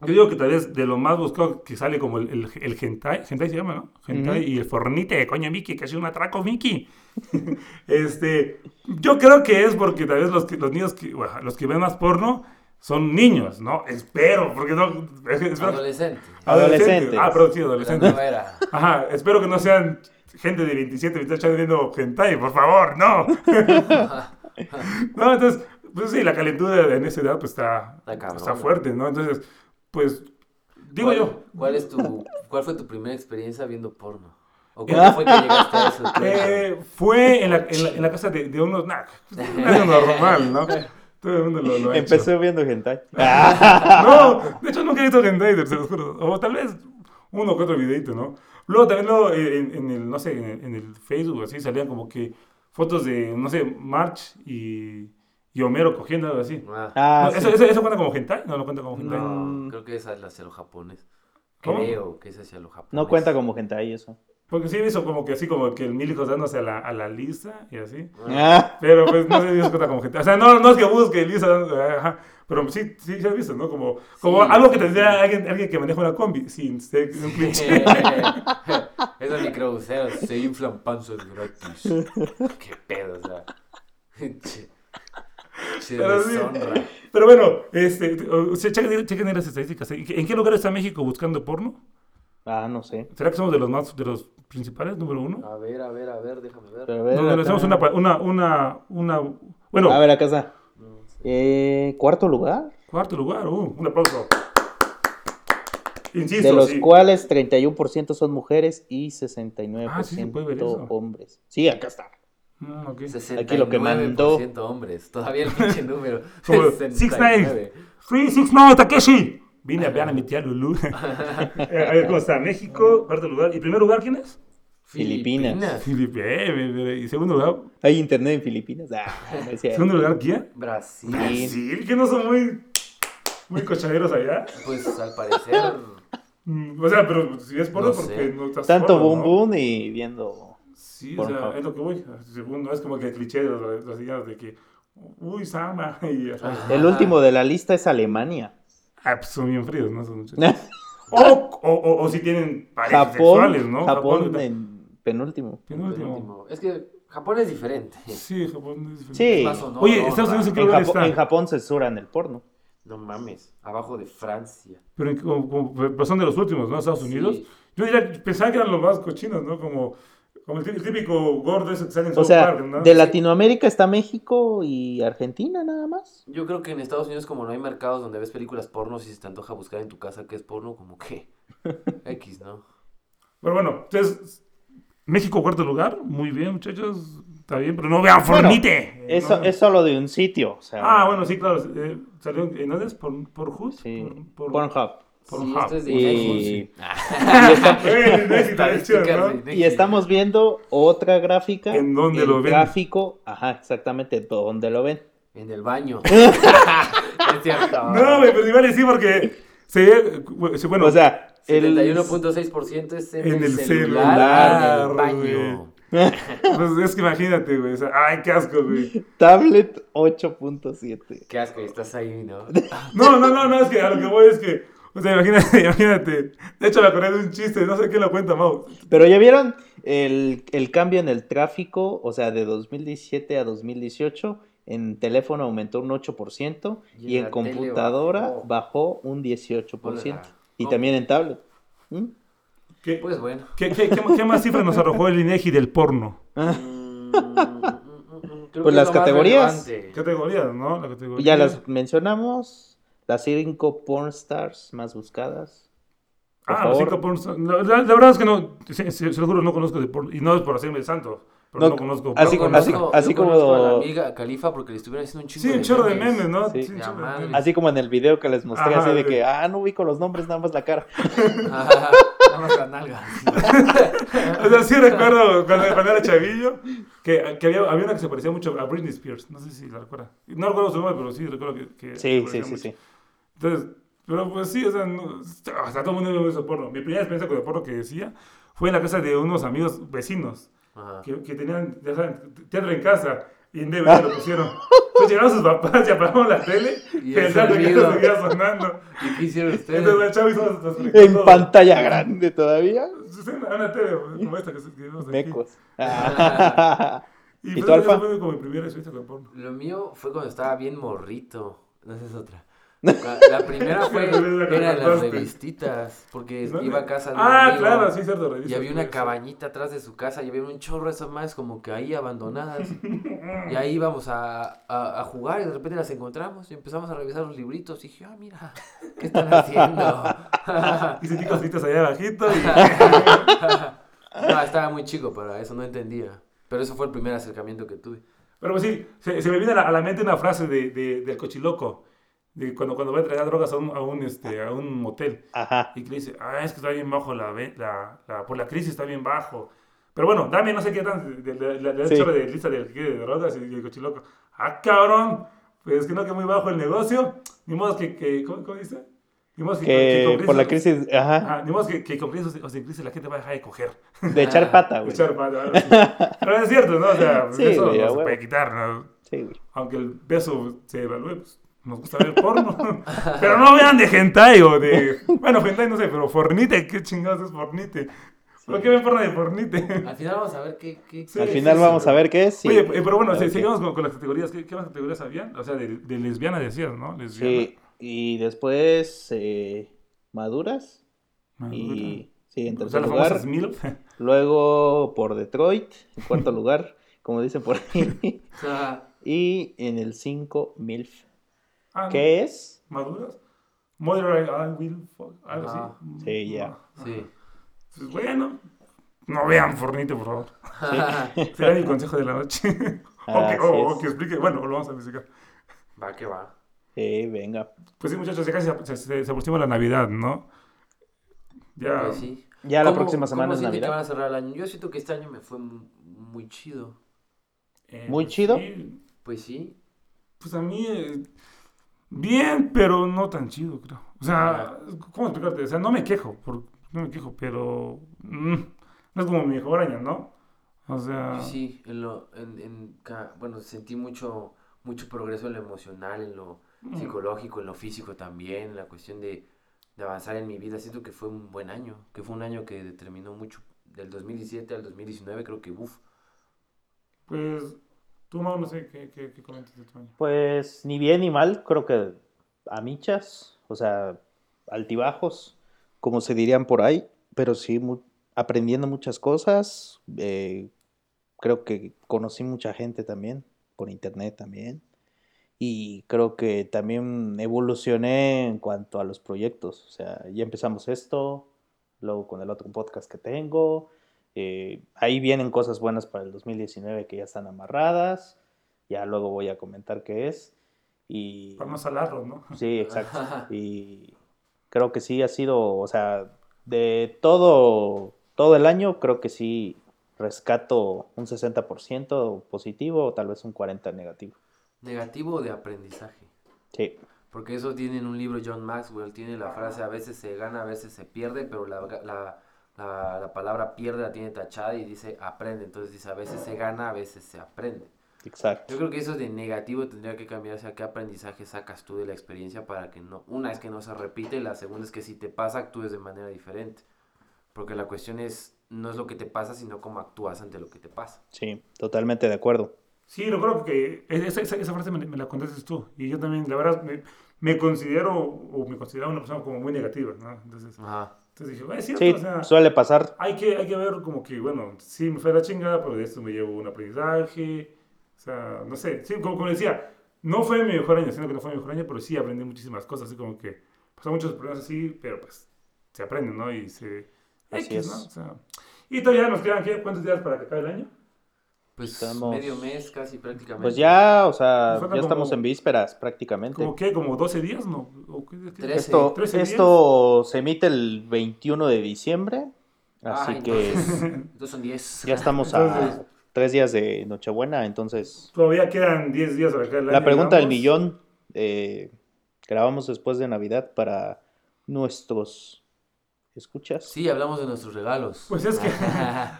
[SPEAKER 1] Yo digo que tal vez de lo más buscado que sale como el, el, el hentai, hentai se llama, ¿no? Hentai y el fornite, coño, Mickey, que ha sido un atraco, Mickey. este, yo creo que es porque tal vez los, que, los niños que, bueno, los que ven más porno son niños, ¿no? Espero, porque no... Espero,
[SPEAKER 2] Adolescente.
[SPEAKER 3] Adolescentes.
[SPEAKER 1] Ah, perdón, sí,
[SPEAKER 2] La
[SPEAKER 1] adolescentes.
[SPEAKER 2] nueva era.
[SPEAKER 1] Ajá, espero que no sean gente de 27, 28 años viendo hentai, por favor, no. no, entonces, Pues sí, la calentura en esa edad pues está,
[SPEAKER 2] Está cabrón,
[SPEAKER 1] está
[SPEAKER 2] ¿no?
[SPEAKER 1] fuerte, ¿no? Entonces, pues, digo
[SPEAKER 2] ¿Cuál-
[SPEAKER 1] yo,
[SPEAKER 2] ¿Cuál es tu cuál fue tu primera experiencia viendo porno? ¿O
[SPEAKER 1] Eh,
[SPEAKER 2] cómo fue que llegaste a eso?
[SPEAKER 1] eh, fue en la, en, la, en la casa de, de unos, nah, algo normal, ¿no? Todo el mundo lo, lo ha hecho. Ah.
[SPEAKER 3] Empecé viendo hentai.
[SPEAKER 1] No, de hecho nunca he visto Gendider, se los juro. O tal vez uno que otro videito, ¿no? Luego también luego, eh, en, en el, no sé, en el, en el Facebook así salían como que fotos de, no sé, March y, y Homero cogiendo algo así.
[SPEAKER 2] Ah,
[SPEAKER 3] Ah,
[SPEAKER 1] No,
[SPEAKER 3] mm. sí.
[SPEAKER 1] eso, eso- eso cuenta como hentai? No, no cuenta como hentai.
[SPEAKER 2] no, creo que esa es hacia lo japonés.
[SPEAKER 1] ¿Cómo?
[SPEAKER 2] Creo que es hacia lo japonés.
[SPEAKER 3] No cuenta como hentai eso.
[SPEAKER 1] Porque sí me hizo como que así, como que el Milico dándose a la, a la Lisa y así.
[SPEAKER 3] Ah,
[SPEAKER 1] Pero pues no sé si eso cuenta como hentai. O sea, no, no es que busque Lisa, ajá, pero sí, sí, sí has visto, ¿no? Como, como
[SPEAKER 2] Sí,
[SPEAKER 1] algo que
[SPEAKER 2] sí,
[SPEAKER 1] tendría alguien, alguien que maneja una combi sin ser un cliché.
[SPEAKER 2] Esos microbuseros se inflan panzas gratis. Qué pedo, o sea. Che, che
[SPEAKER 1] Pero sí.
[SPEAKER 2] deshonra.
[SPEAKER 1] Pero bueno, este, o sea, chequen, chequen las estadísticas. ¿En qué en qué lugar está México buscando porno?
[SPEAKER 3] ah, no sé.
[SPEAKER 1] ¿Será que somos de los más, de los principales, número uno?
[SPEAKER 2] A ver, a ver, a ver, déjame ver.
[SPEAKER 3] Pero a ver,
[SPEAKER 1] Donde le
[SPEAKER 3] acá-
[SPEAKER 1] hacemos una, pa- una, una, una, bueno,
[SPEAKER 3] A ver, acá está.
[SPEAKER 2] No sé.
[SPEAKER 3] Eh, Cuarto lugar.
[SPEAKER 1] cuarto lugar, uh, un aplauso. Insisto,
[SPEAKER 3] de los
[SPEAKER 1] sí.
[SPEAKER 3] cuales 31% son mujeres y 69%
[SPEAKER 1] Ah, sí, se puede ver eso.
[SPEAKER 3] hombres. Sí, acá está.
[SPEAKER 1] Mm, ok.
[SPEAKER 3] Aquí lo que mandó.
[SPEAKER 2] 69% hombres. Todavía el pinche número.
[SPEAKER 1] Como
[SPEAKER 2] 69.
[SPEAKER 1] 369 Takeshi. Vine a ver a mi tía Lulu. Eh, a ver, ¿cómo está? México, cuarto lugar. ¿Y primer lugar quién es?
[SPEAKER 3] Filipinas.
[SPEAKER 1] Filipe. eh, eh, eh, ¿Y segundo lugar?
[SPEAKER 3] Hay internet en Filipinas. Ah, no es cierto.
[SPEAKER 1] ¿Segundo lugar quién?
[SPEAKER 2] Brasil.
[SPEAKER 3] Sí.
[SPEAKER 1] Brasil, que no son muy, muy cochaderos allá.
[SPEAKER 2] Pues al parecer.
[SPEAKER 1] Mm, O sea, pero si ves porno,
[SPEAKER 2] No
[SPEAKER 1] porque
[SPEAKER 2] sé.
[SPEAKER 1] no estás
[SPEAKER 3] Tanto
[SPEAKER 1] solo,
[SPEAKER 3] boom
[SPEAKER 1] ¿no?
[SPEAKER 3] boom y viendo.
[SPEAKER 1] Sí, o
[SPEAKER 3] Pornhub.
[SPEAKER 1] sea, es lo que voy. Según, no es como que el cliché de los brasileños de que, uy, Sama, y ajá.
[SPEAKER 3] El último de la lista es Alemania.
[SPEAKER 1] Ah, pues son bien fríos, ¿no? Son muchachos. o, o, o, o si tienen parejas sexuales,
[SPEAKER 3] Japón,
[SPEAKER 1] ¿no?
[SPEAKER 3] Japón
[SPEAKER 1] está-
[SPEAKER 3] en penúltimo.
[SPEAKER 1] penúltimo.
[SPEAKER 2] penúltimo. Es que Japón es diferente.
[SPEAKER 1] Sí, Japón es
[SPEAKER 3] Sí.
[SPEAKER 2] Más honor,
[SPEAKER 1] Oye,
[SPEAKER 2] honra.
[SPEAKER 1] Estados Unidos en qué
[SPEAKER 3] En,
[SPEAKER 1] lugar
[SPEAKER 3] Japo-
[SPEAKER 1] está.
[SPEAKER 3] en Japón censuran el porno.
[SPEAKER 2] No mames. Abajo de Francia.
[SPEAKER 1] Pero en- como, como- pero son de los últimos, ¿no? Estados Unidos.
[SPEAKER 2] Sí.
[SPEAKER 1] Yo diría, pensaba que eran los más cochinos, ¿no? Como, como el tí- el típico gordo ese que sale en
[SPEAKER 3] O
[SPEAKER 1] South
[SPEAKER 3] sea,
[SPEAKER 1] Park, ¿no?
[SPEAKER 3] de Latinoamérica está México y Argentina nada más.
[SPEAKER 2] Yo creo que en Estados Unidos, como no hay mercados donde ves películas porno, si se te antoja buscar en tu casa qué es porno, como que. X, ¿no?
[SPEAKER 1] Pero bueno, entonces, México cuarto lugar, muy bien, muchachos, está bien, pero no vean
[SPEAKER 3] Bueno,
[SPEAKER 1] Fornite. Eh,
[SPEAKER 3] Eso
[SPEAKER 1] no.
[SPEAKER 3] es solo de un sitio. o sea,
[SPEAKER 1] Ah, bueno, sí, claro, eh, salió en dónde es? por por Hood,
[SPEAKER 3] Sí.
[SPEAKER 1] por,
[SPEAKER 3] Pornhub.
[SPEAKER 2] sí,
[SPEAKER 1] Pornhub.
[SPEAKER 2] esto es de Ah,
[SPEAKER 3] Y,
[SPEAKER 1] Eh, no es interacción,
[SPEAKER 2] Estadísticas
[SPEAKER 1] ¿no?
[SPEAKER 2] de- de-
[SPEAKER 3] y estamos viendo otra gráfica.
[SPEAKER 1] ¿En dónde
[SPEAKER 3] el
[SPEAKER 1] lo ven?
[SPEAKER 3] gráfico, ajá, exactamente, ¿dónde lo ven?
[SPEAKER 2] En el baño. es cierto.
[SPEAKER 1] No, güey, pero igual sí porque se ve, bueno,
[SPEAKER 3] o sea, el
[SPEAKER 2] 71.6% es en,
[SPEAKER 1] en
[SPEAKER 2] el
[SPEAKER 1] el
[SPEAKER 2] celular,
[SPEAKER 1] celular,
[SPEAKER 2] en el baño.
[SPEAKER 1] pues es que imagínate, güey, o sea, ay, qué asco, güey.
[SPEAKER 3] tablet 8.7.
[SPEAKER 2] Qué asco, estás ahí, ¿no?
[SPEAKER 1] No, no, no, no, es que a lo que voy es que, o sea, imagínate, imagínate. De hecho, me acordé de un chiste, no sé quién lo cuenta, Mau.
[SPEAKER 3] Pero ya vieron el, el cambio en el tráfico, o sea, de 2017 a 2018, en teléfono aumentó un 8%
[SPEAKER 2] Y
[SPEAKER 3] y,
[SPEAKER 2] en
[SPEAKER 3] en,
[SPEAKER 2] la
[SPEAKER 3] computadora
[SPEAKER 2] tele
[SPEAKER 3] bajó. un 18%.
[SPEAKER 2] Hola.
[SPEAKER 3] Y
[SPEAKER 2] ¿Cómo?
[SPEAKER 3] también en tablet. ¿Mm?
[SPEAKER 1] ¿Qué,
[SPEAKER 2] Pues bueno.
[SPEAKER 1] qué, qué, qué, qué más cifras nos arrojó el INEGI del porno?
[SPEAKER 2] Mm, mm, mm, mm, creo que es
[SPEAKER 3] Pues las
[SPEAKER 2] lo más
[SPEAKER 3] categorías.
[SPEAKER 2] relevante.
[SPEAKER 1] Categorías, ¿no? La categoría.
[SPEAKER 3] Ya las mencionamos, las 5 porn stars más buscadas. Por
[SPEAKER 1] Ah, los
[SPEAKER 3] favor.
[SPEAKER 1] cinco porn- La, la- la verdad es que no, se, se- se lo juro, no conozco de porno. Y no es por hacerme el santo, pero no,
[SPEAKER 3] No,
[SPEAKER 1] conozco.
[SPEAKER 3] así
[SPEAKER 2] Yo
[SPEAKER 1] porno.
[SPEAKER 3] como- así-
[SPEAKER 2] conozco-
[SPEAKER 3] así
[SPEAKER 2] yo conozco a la
[SPEAKER 3] como-
[SPEAKER 2] amiga Califa porque le estuvieron haciendo un chingo
[SPEAKER 1] Sí, un chorro de memes, ¿no?
[SPEAKER 3] Sí.
[SPEAKER 1] Sí, un
[SPEAKER 2] La
[SPEAKER 1] chorro de
[SPEAKER 2] madre.
[SPEAKER 1] memes.
[SPEAKER 3] Así como en el video que les mostré,
[SPEAKER 1] Ajá,
[SPEAKER 3] así de
[SPEAKER 1] sí.
[SPEAKER 3] que, ah, no ubico los nombres, nada más la cara.
[SPEAKER 2] Ajá, nada más la nalga.
[SPEAKER 1] O sea, sí recuerdo cuando, cuando era chavillo que, que había, había una que se parecía mucho a Britney Spears. No sé si la recuerda. No recuerdo su nombre, pero sí recuerdo que. que se
[SPEAKER 3] Sí, sí,
[SPEAKER 1] parecía
[SPEAKER 3] sí,
[SPEAKER 1] mucho.
[SPEAKER 3] sí.
[SPEAKER 1] Entonces, pero pues sí, o sea, no- o sea, todo el mundo me hizo porno. Mi primera experiencia con el porno que decía fue en la casa de unos amigos vecinos
[SPEAKER 2] Ajá.
[SPEAKER 1] que, que tenían, ya saben, teatro en casa y en DVD lo pusieron. Entonces llegaron sus papás y apagaron la tele
[SPEAKER 2] Y
[SPEAKER 1] y
[SPEAKER 2] el
[SPEAKER 1] el teatro en
[SPEAKER 2] sonido.
[SPEAKER 1] casa seguía sonando.
[SPEAKER 2] ¿Y qué hicieron
[SPEAKER 1] Entonces
[SPEAKER 2] ustedes?
[SPEAKER 1] la chava hizo nos explicó
[SPEAKER 3] En
[SPEAKER 1] todo.
[SPEAKER 3] pantalla grande todavía.
[SPEAKER 1] Sí, Una, una tele pues, como esta que, que vemos aquí.
[SPEAKER 3] Mecos. Ah.
[SPEAKER 1] Y,
[SPEAKER 3] ¿Y
[SPEAKER 1] pues,
[SPEAKER 3] tú, Alfa?
[SPEAKER 1] esa fue como mi primera experiencia con el porno.
[SPEAKER 2] Lo mío fue cuando estaba bien morrito. No, esa es otra. La, la primera fue, era de las
[SPEAKER 1] contaste.
[SPEAKER 2] revistitas, porque
[SPEAKER 1] ¿No?
[SPEAKER 2] iba a casa de un
[SPEAKER 1] Ah,
[SPEAKER 2] amigo,
[SPEAKER 1] claro, sí, cierto.
[SPEAKER 2] Y
[SPEAKER 1] revistas,
[SPEAKER 2] había una
[SPEAKER 1] revistas.
[SPEAKER 2] cabañita atrás de su casa y había un chorro de esas madres como que ahí abandonadas. Y ahí íbamos a, a- a jugar y de repente las encontramos y empezamos a revisar los libritos. Y dije, ah, mira, ¿qué están haciendo?
[SPEAKER 1] Y sentí cositas allá abajito y...
[SPEAKER 2] no, estaba muy chico para eso, no entendía. Pero eso fue el primer acercamiento que tuve.
[SPEAKER 1] Pero pues sí, se, se me viene a la, a la mente una frase de, de- del cochiloco, de cuando, cuando va a entregar drogas a un, a un, este, a un motel,
[SPEAKER 3] Ajá.
[SPEAKER 1] y que le dice, ah, es que está bien bajo la, ve- la, la- por la crisis está bien bajo. Pero bueno, dame no sé qué tan, de, de- de- de-
[SPEAKER 3] Sí.
[SPEAKER 1] sobre de lista de, de drogas y el cochiloco, ah, cabrón, pues que no, que muy bajo el negocio, ni modo que, que ¿cómo, cómo dice? Ni modo que, que
[SPEAKER 3] Que
[SPEAKER 1] con
[SPEAKER 3] por la
[SPEAKER 1] crisis-
[SPEAKER 3] crisis, ¿ah? ajá,
[SPEAKER 1] Ajá, ni modo que, que con crisis o sin crisis la gente va a dejar de coger.
[SPEAKER 3] de echar pata, Ah, güey.
[SPEAKER 1] Ah. Echar mano, algo así. Pero es cierto, ¿no? O sea,
[SPEAKER 3] Sí,
[SPEAKER 1] eso
[SPEAKER 3] güey, a
[SPEAKER 1] no se
[SPEAKER 3] huevo.
[SPEAKER 1] puede quitar, ¿no?
[SPEAKER 3] Sí, güey.
[SPEAKER 1] aunque el beso se evalúe, pues nos gusta ver porno. pero no vean de hentai o de. Bueno, hentai no sé, pero fornite, ¿qué chingados es fornite? ¿Por qué ven porno de fornite?
[SPEAKER 2] Al final vamos a ver qué... qué-
[SPEAKER 1] Sí,
[SPEAKER 3] Al
[SPEAKER 1] sí,
[SPEAKER 3] final
[SPEAKER 1] sí,
[SPEAKER 3] vamos
[SPEAKER 1] sí.
[SPEAKER 3] a ver qué es. sí.
[SPEAKER 1] Oye, eh, pero bueno, si-
[SPEAKER 3] Ok.
[SPEAKER 1] sigamos con, con las categorías. ¿Qué, qué más categorías había? O sea, de, de lesbiana decías, ¿no? Lesbiana.
[SPEAKER 3] Sí, y después eh, maduras.
[SPEAKER 1] Madura.
[SPEAKER 3] Y sí, en
[SPEAKER 1] o sea,
[SPEAKER 3] tercer
[SPEAKER 1] las
[SPEAKER 3] lugar.
[SPEAKER 1] famosas MILF.
[SPEAKER 3] Luego por Detroit, en cuarto lugar, como dicen por ahí. Y en el 5, MILF.
[SPEAKER 1] Ah,
[SPEAKER 3] ¿Qué es?
[SPEAKER 1] ¿Maduras? Mother, I will fuck. Algo
[SPEAKER 2] Ah,
[SPEAKER 1] así.
[SPEAKER 3] sí, ya.
[SPEAKER 2] sí.
[SPEAKER 1] Pues bueno, no vean fornite, por favor. Será mi consejo de la noche. o, que,
[SPEAKER 3] Así
[SPEAKER 1] o- o
[SPEAKER 3] es.
[SPEAKER 1] que explique. Bueno, lo vamos a investigar.
[SPEAKER 2] va que va.
[SPEAKER 3] Sí, venga.
[SPEAKER 1] Pues sí, muchachos, ya casi se, se- se aproxima la Navidad, ¿no? Ya.
[SPEAKER 2] Pues sí.
[SPEAKER 3] Ya la
[SPEAKER 2] ¿Cómo-
[SPEAKER 3] próxima semana
[SPEAKER 2] cómo
[SPEAKER 3] es
[SPEAKER 2] sienten que van
[SPEAKER 3] Navidad.
[SPEAKER 2] a cerrar el año? Yo siento que este año me fue mu- muy chido.
[SPEAKER 1] Eh,
[SPEAKER 3] Muy
[SPEAKER 1] pues
[SPEAKER 3] chido.
[SPEAKER 1] sí.
[SPEAKER 2] Pues sí.
[SPEAKER 1] Pues a mí. eh, bien, pero no tan chido, creo. O sea, ¿cómo explicarte? O sea, no me quejo, por- no me quejo, pero. mm, no es como mi mejor año, ¿no? O sea.
[SPEAKER 2] Yo sí, en lo, en, en ca- bueno, sentí mucho, mucho progreso en lo emocional, en lo
[SPEAKER 1] mm,
[SPEAKER 2] psicológico, en lo físico también, en la cuestión de, de avanzar en mi vida. Siento que fue un buen año, que fue un año que determinó mucho. Del 2017 al 2019 creo que, uff,
[SPEAKER 1] Pues. Tú, Mau, no sé qué, qué, qué comentas de tu año.
[SPEAKER 3] Pues ni bien ni mal, creo que a michas, o sea, altibajos, como se dirían por ahí, pero sí mu- aprendiendo muchas cosas. eh, creo que conocí mucha gente también, por internet también. Y creo que también evolucioné en cuanto a los proyectos. O sea, ya empezamos esto, luego con el otro podcast que tengo. eh, ahí vienen cosas buenas para el 2019 que ya están amarradas. Ya luego voy a comentar qué es. Y...
[SPEAKER 1] Para no salarlo, ¿no?
[SPEAKER 3] Sí, exacto. Y creo que sí ha sido, o sea, de todo, todo el año, creo que sí rescato un 60% positivo o tal vez un 40% negativo.
[SPEAKER 2] negativo de aprendizaje.
[SPEAKER 3] Sí,
[SPEAKER 2] Porque eso tiene en un libro John Maxwell, tiene la frase a veces se gana, a veces se pierde, pero la, la- la- la palabra pierde la tiene tachada y dice aprende. Entonces dice a veces se gana, a veces se aprende.
[SPEAKER 3] exacto.
[SPEAKER 2] Yo creo que eso de negativo tendría que cambiarse a qué aprendizaje sacas tú de la experiencia para que no, una es que no se repite, la segunda es que si te pasa actúes de manera diferente. Porque la cuestión es, no es lo que te pasa, sino cómo actúas ante lo que te pasa.
[SPEAKER 3] Sí, totalmente de acuerdo.
[SPEAKER 1] Sí, yo creo que esa, esa- esa frase me, me la contaste tú. Y yo también, la verdad, me, me considero o me consideraba una persona como muy negativa, ¿no? Entonces,
[SPEAKER 2] Ajá.
[SPEAKER 1] entonces dije, "Ah, es cierto,
[SPEAKER 3] Sí,
[SPEAKER 1] o sea,
[SPEAKER 3] suele pasar.
[SPEAKER 1] hay que, hay que ver como que, bueno, sí me fue la chingada, pero de esto me llevo un aprendizaje. O sea, no sé, sí, como, como decía, no fue mi mejor año, siento que no fue mi mejor año, pero sí aprendí muchísimas cosas, así como que pasaron muchos problemas así, pero pues se aprenden, ¿no? Y se...
[SPEAKER 3] Así
[SPEAKER 1] X,
[SPEAKER 3] es.
[SPEAKER 1] ¿no? O sea, y todavía nos quedan, ¿qué? ¿cuántos días para que acabe el año?
[SPEAKER 2] Pues
[SPEAKER 3] Estamos-
[SPEAKER 2] medio mes casi prácticamente.
[SPEAKER 3] Pues ya, o sea,
[SPEAKER 1] Nos falta
[SPEAKER 3] ya estamos
[SPEAKER 1] como-
[SPEAKER 3] en vísperas prácticamente.
[SPEAKER 1] ¿Como qué? ¿Como 12 días? ¿No? ¿O qué- qué-
[SPEAKER 2] Tres.
[SPEAKER 3] Esto,
[SPEAKER 1] 13 días.
[SPEAKER 3] Este, esto se emite el 21 de diciembre, así
[SPEAKER 2] Ay,
[SPEAKER 3] que
[SPEAKER 2] entonces- entonces son 10.
[SPEAKER 3] ya estamos
[SPEAKER 1] Entonces-
[SPEAKER 3] a tres días de Nochebuena, entonces
[SPEAKER 1] Todavía quedan 10 días para que el año.
[SPEAKER 3] La pregunta del
[SPEAKER 1] digamos.
[SPEAKER 3] millón. eh, grabamos después de Navidad para nuestros escuchas.
[SPEAKER 2] Sí, hablamos de nuestros regalos.
[SPEAKER 1] Pues es que,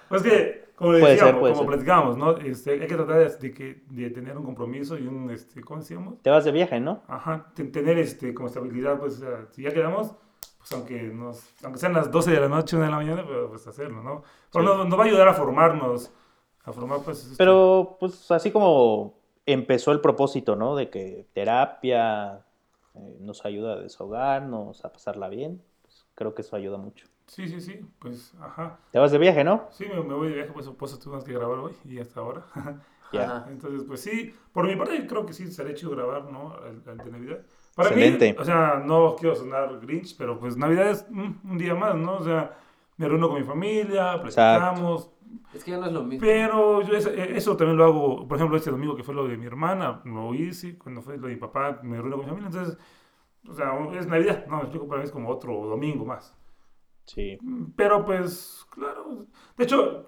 [SPEAKER 1] pues que como le
[SPEAKER 3] Puede
[SPEAKER 1] decíamos,
[SPEAKER 3] ser, puede
[SPEAKER 1] como
[SPEAKER 3] ser.
[SPEAKER 1] platicamos, ¿no? Este, hay que tratar de, de que, de tener un compromiso y un, este, ¿cómo decíamos?
[SPEAKER 3] Te vas de viaje, ¿no?
[SPEAKER 1] Ajá, ten- tener este, como estabilidad, pues, o sea, si ya quedamos, pues aunque, nos, aunque sean las 12 de la noche, 1 de la mañana, pero pues hacerlo, ¿no? Pero
[SPEAKER 3] Sí.
[SPEAKER 1] nos, nos va a ayudar a formarnos, a formar, pues... este-
[SPEAKER 3] Pero pues así como empezó el propósito, ¿no? De que terapia, eh, nos ayuda a desahogarnos, a pasarla bien. Pues, creo que eso ayuda mucho.
[SPEAKER 1] Sí, sí, sí, pues, ajá.
[SPEAKER 3] Te vas de viaje, ¿no?
[SPEAKER 1] Sí, me, me voy de viaje, pues, pues tuvimos que grabar hoy y hasta ahora.
[SPEAKER 3] Ya.
[SPEAKER 2] Ajá.
[SPEAKER 1] Entonces, pues sí, por mi parte creo que sí estaría chido grabar, ¿no? El, el de Navidad. Para mí,
[SPEAKER 3] Excelente.
[SPEAKER 1] o sea, no quiero sonar Grinch, pero pues Navidad es mm, un día más, ¿no? O sea, me reúno con mi familia, platicamos,
[SPEAKER 2] Es que ya no es lo mismo.
[SPEAKER 1] pero yo eso, eh, eso también lo hago, por ejemplo, este domingo que fue lo de mi hermana, lo hice, cuando fue lo de mi papá, me reúno con mi familia, entonces, o sea, es Navidad, no, me explico, para mí es como otro domingo más.
[SPEAKER 3] Sí.
[SPEAKER 1] Pero pues, claro. De hecho,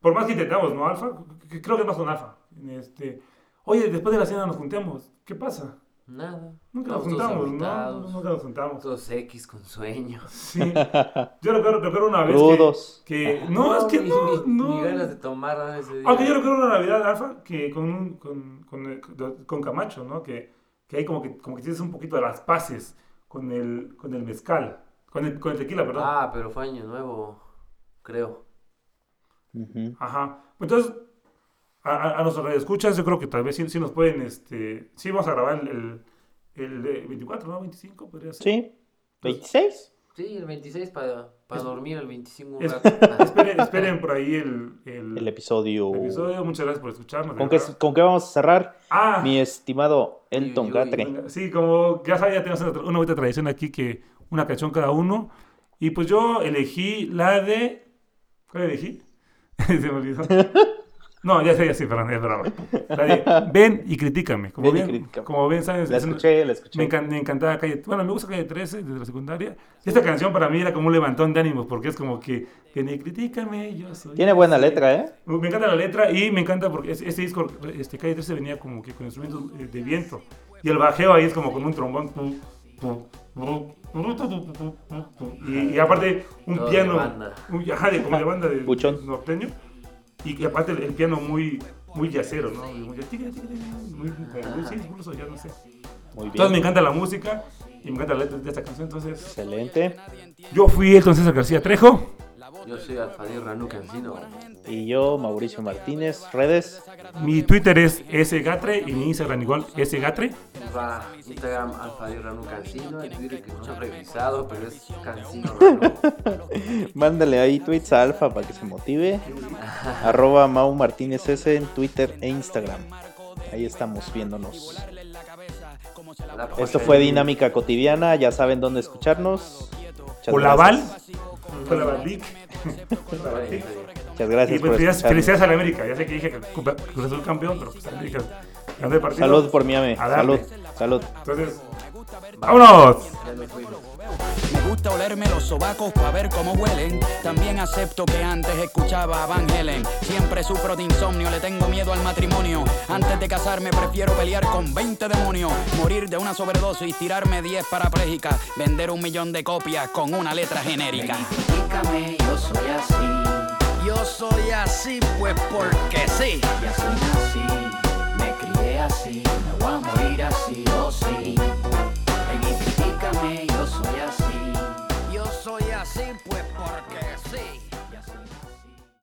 [SPEAKER 1] por más que intentamos, ¿no, Alfa? C- Creo que es más con Alfa. Este, Oye, después de la cena nos juntemos. ¿Qué pasa?
[SPEAKER 2] Nada.
[SPEAKER 1] Nunca nos
[SPEAKER 2] Estamos todos
[SPEAKER 1] juntamos, ¿no?
[SPEAKER 2] agotados,
[SPEAKER 1] Nunca nos juntamos.
[SPEAKER 2] Todos X con sueño.
[SPEAKER 1] Sí. Yo recuerdo, recuerdo una vez. que-
[SPEAKER 3] Crudos.
[SPEAKER 1] Que, no, es que
[SPEAKER 2] ni-
[SPEAKER 1] no,
[SPEAKER 2] ni- Ni ganas
[SPEAKER 1] no.
[SPEAKER 2] de tomar nada ese día.
[SPEAKER 1] Aunque yo recuerdo una Navidad, Alfa, que con, un- con, con, con Camacho, ¿no? Que, que ahí como que, como que tienes un poquito de las paces con el, con el mezcal. Con el, con el tequila, perdón.
[SPEAKER 2] Ah, pero fue año nuevo, creo.
[SPEAKER 3] Ujú.
[SPEAKER 1] Ajá. Entonces, a, a, a nuestros radioescuchas, yo creo que tal vez sí, sí nos pueden, este, sí vamos a grabar el, el, el de 24, ¿no? 25 podría ser.
[SPEAKER 3] Sí. ¿26?
[SPEAKER 2] Sí, el 26 para, para
[SPEAKER 1] Es-
[SPEAKER 2] dormir el 25 un
[SPEAKER 1] es-
[SPEAKER 2] rato.
[SPEAKER 1] Esperen, esperen por ahí el, el,
[SPEAKER 3] El episodio.
[SPEAKER 1] episodio. Muchas gracias por escucharnos. de
[SPEAKER 3] ¿Con qué,
[SPEAKER 1] verdad.
[SPEAKER 3] ¿Con qué vamos a cerrar,
[SPEAKER 1] Ah,
[SPEAKER 3] mi estimado Elton
[SPEAKER 2] Uy, uy,
[SPEAKER 3] Gatre?
[SPEAKER 1] sí, como ya sabía, tenemos una, una bonita tradición aquí que una canción cada uno. Y pues yo elegí la de... ¿Cuál elegí? Se me olvidó. No, ya sé, ya sé, perdón, es broma. La de Ven y critícame. Como
[SPEAKER 3] Ven y
[SPEAKER 1] ven,
[SPEAKER 3] Critícame.
[SPEAKER 1] Como ven, ¿sabes?
[SPEAKER 3] La
[SPEAKER 1] Es una-
[SPEAKER 3] escuché, la escuché.
[SPEAKER 1] Me, encan- me encantaba Calle... Bueno, me gusta Calle 13 desde la secundaria. Y esta canción para mí era como un levantón de ánimos porque es como que... Que ni critícame, yo soy...
[SPEAKER 3] Tiene buena letra, ¿eh?
[SPEAKER 1] Me encanta la letra y me encanta porque es- este disco, este Calle 13 venía como que con instrumentos eh, de viento. Y el bajeo ahí es como con un trombón. pu, pu, pu, pu, pu, pu, pu, pu, pu. Y, y aparte un
[SPEAKER 2] Todo de
[SPEAKER 1] piano...
[SPEAKER 2] banda.
[SPEAKER 1] un- ajá, de, como de banda de
[SPEAKER 3] Buchón.
[SPEAKER 1] norteño. Y, y aparte el, el piano muy... Muy yacero, ¿no? Muy, tigre, tigre, muy, como muy- sí, incluso ya no sé.
[SPEAKER 3] Muy
[SPEAKER 1] Entonces me
[SPEAKER 3] bien.
[SPEAKER 1] encanta la música y me encanta la letra de esta canción. Entonces,
[SPEAKER 3] Excelente.
[SPEAKER 1] yo fui Elton César García Trejo.
[SPEAKER 2] Yo soy Alfadir Ranu Cancino.
[SPEAKER 3] Y yo, Mauricio Martínez, redes.
[SPEAKER 1] Mi Twitter es sgatre y mi Instagram igual sgatre.
[SPEAKER 2] Va Instagram Alfadir Ranu Cancino. El Twitter que no he revisado, pero es Cancino Ranu.
[SPEAKER 3] Mándale ahí tweets a Alfa para que se motive. Arroba Mau Martínez S en Twitter e Instagram. Ahí estamos viéndonos.
[SPEAKER 2] La pocha
[SPEAKER 3] Esto fue
[SPEAKER 2] y-
[SPEAKER 3] Dinámica Cotidiana. Ya saben dónde escucharnos. Muchas
[SPEAKER 1] Olaval.
[SPEAKER 3] gracias.
[SPEAKER 1] Olavaldic.
[SPEAKER 2] Vale,
[SPEAKER 1] Y pues
[SPEAKER 3] Muchas gracias por
[SPEAKER 1] felicidades,
[SPEAKER 3] escucharnos.
[SPEAKER 1] felicidades a la América. Ya sé que dije que Cruz Azul campeón, pero pues América ganó el partido.
[SPEAKER 3] Salud por Miami.
[SPEAKER 1] A darle.
[SPEAKER 3] Salud. Salud.
[SPEAKER 1] Entonces, ¡vámonos!
[SPEAKER 2] ya nos fuimos.
[SPEAKER 4] Me gusta olerme los sobacos para ver cómo huelen. También acepto que antes escuchaba a Van Helen. Siempre sufro de insomnio, le tengo miedo al matrimonio. Antes de casarme prefiero pelear con 20 demonios. Morir de una sobredosis, tirarme 10 parapléjicas. Vender un millón de copias con una letra genérica.
[SPEAKER 5] Dígame, yo soy así,
[SPEAKER 4] Yo soy así pues porque sí.
[SPEAKER 5] ya soy así, me crié así, me voy a morir así, oh sí. Ven y critícame, yo soy así.
[SPEAKER 4] Yo soy así pues porque sí.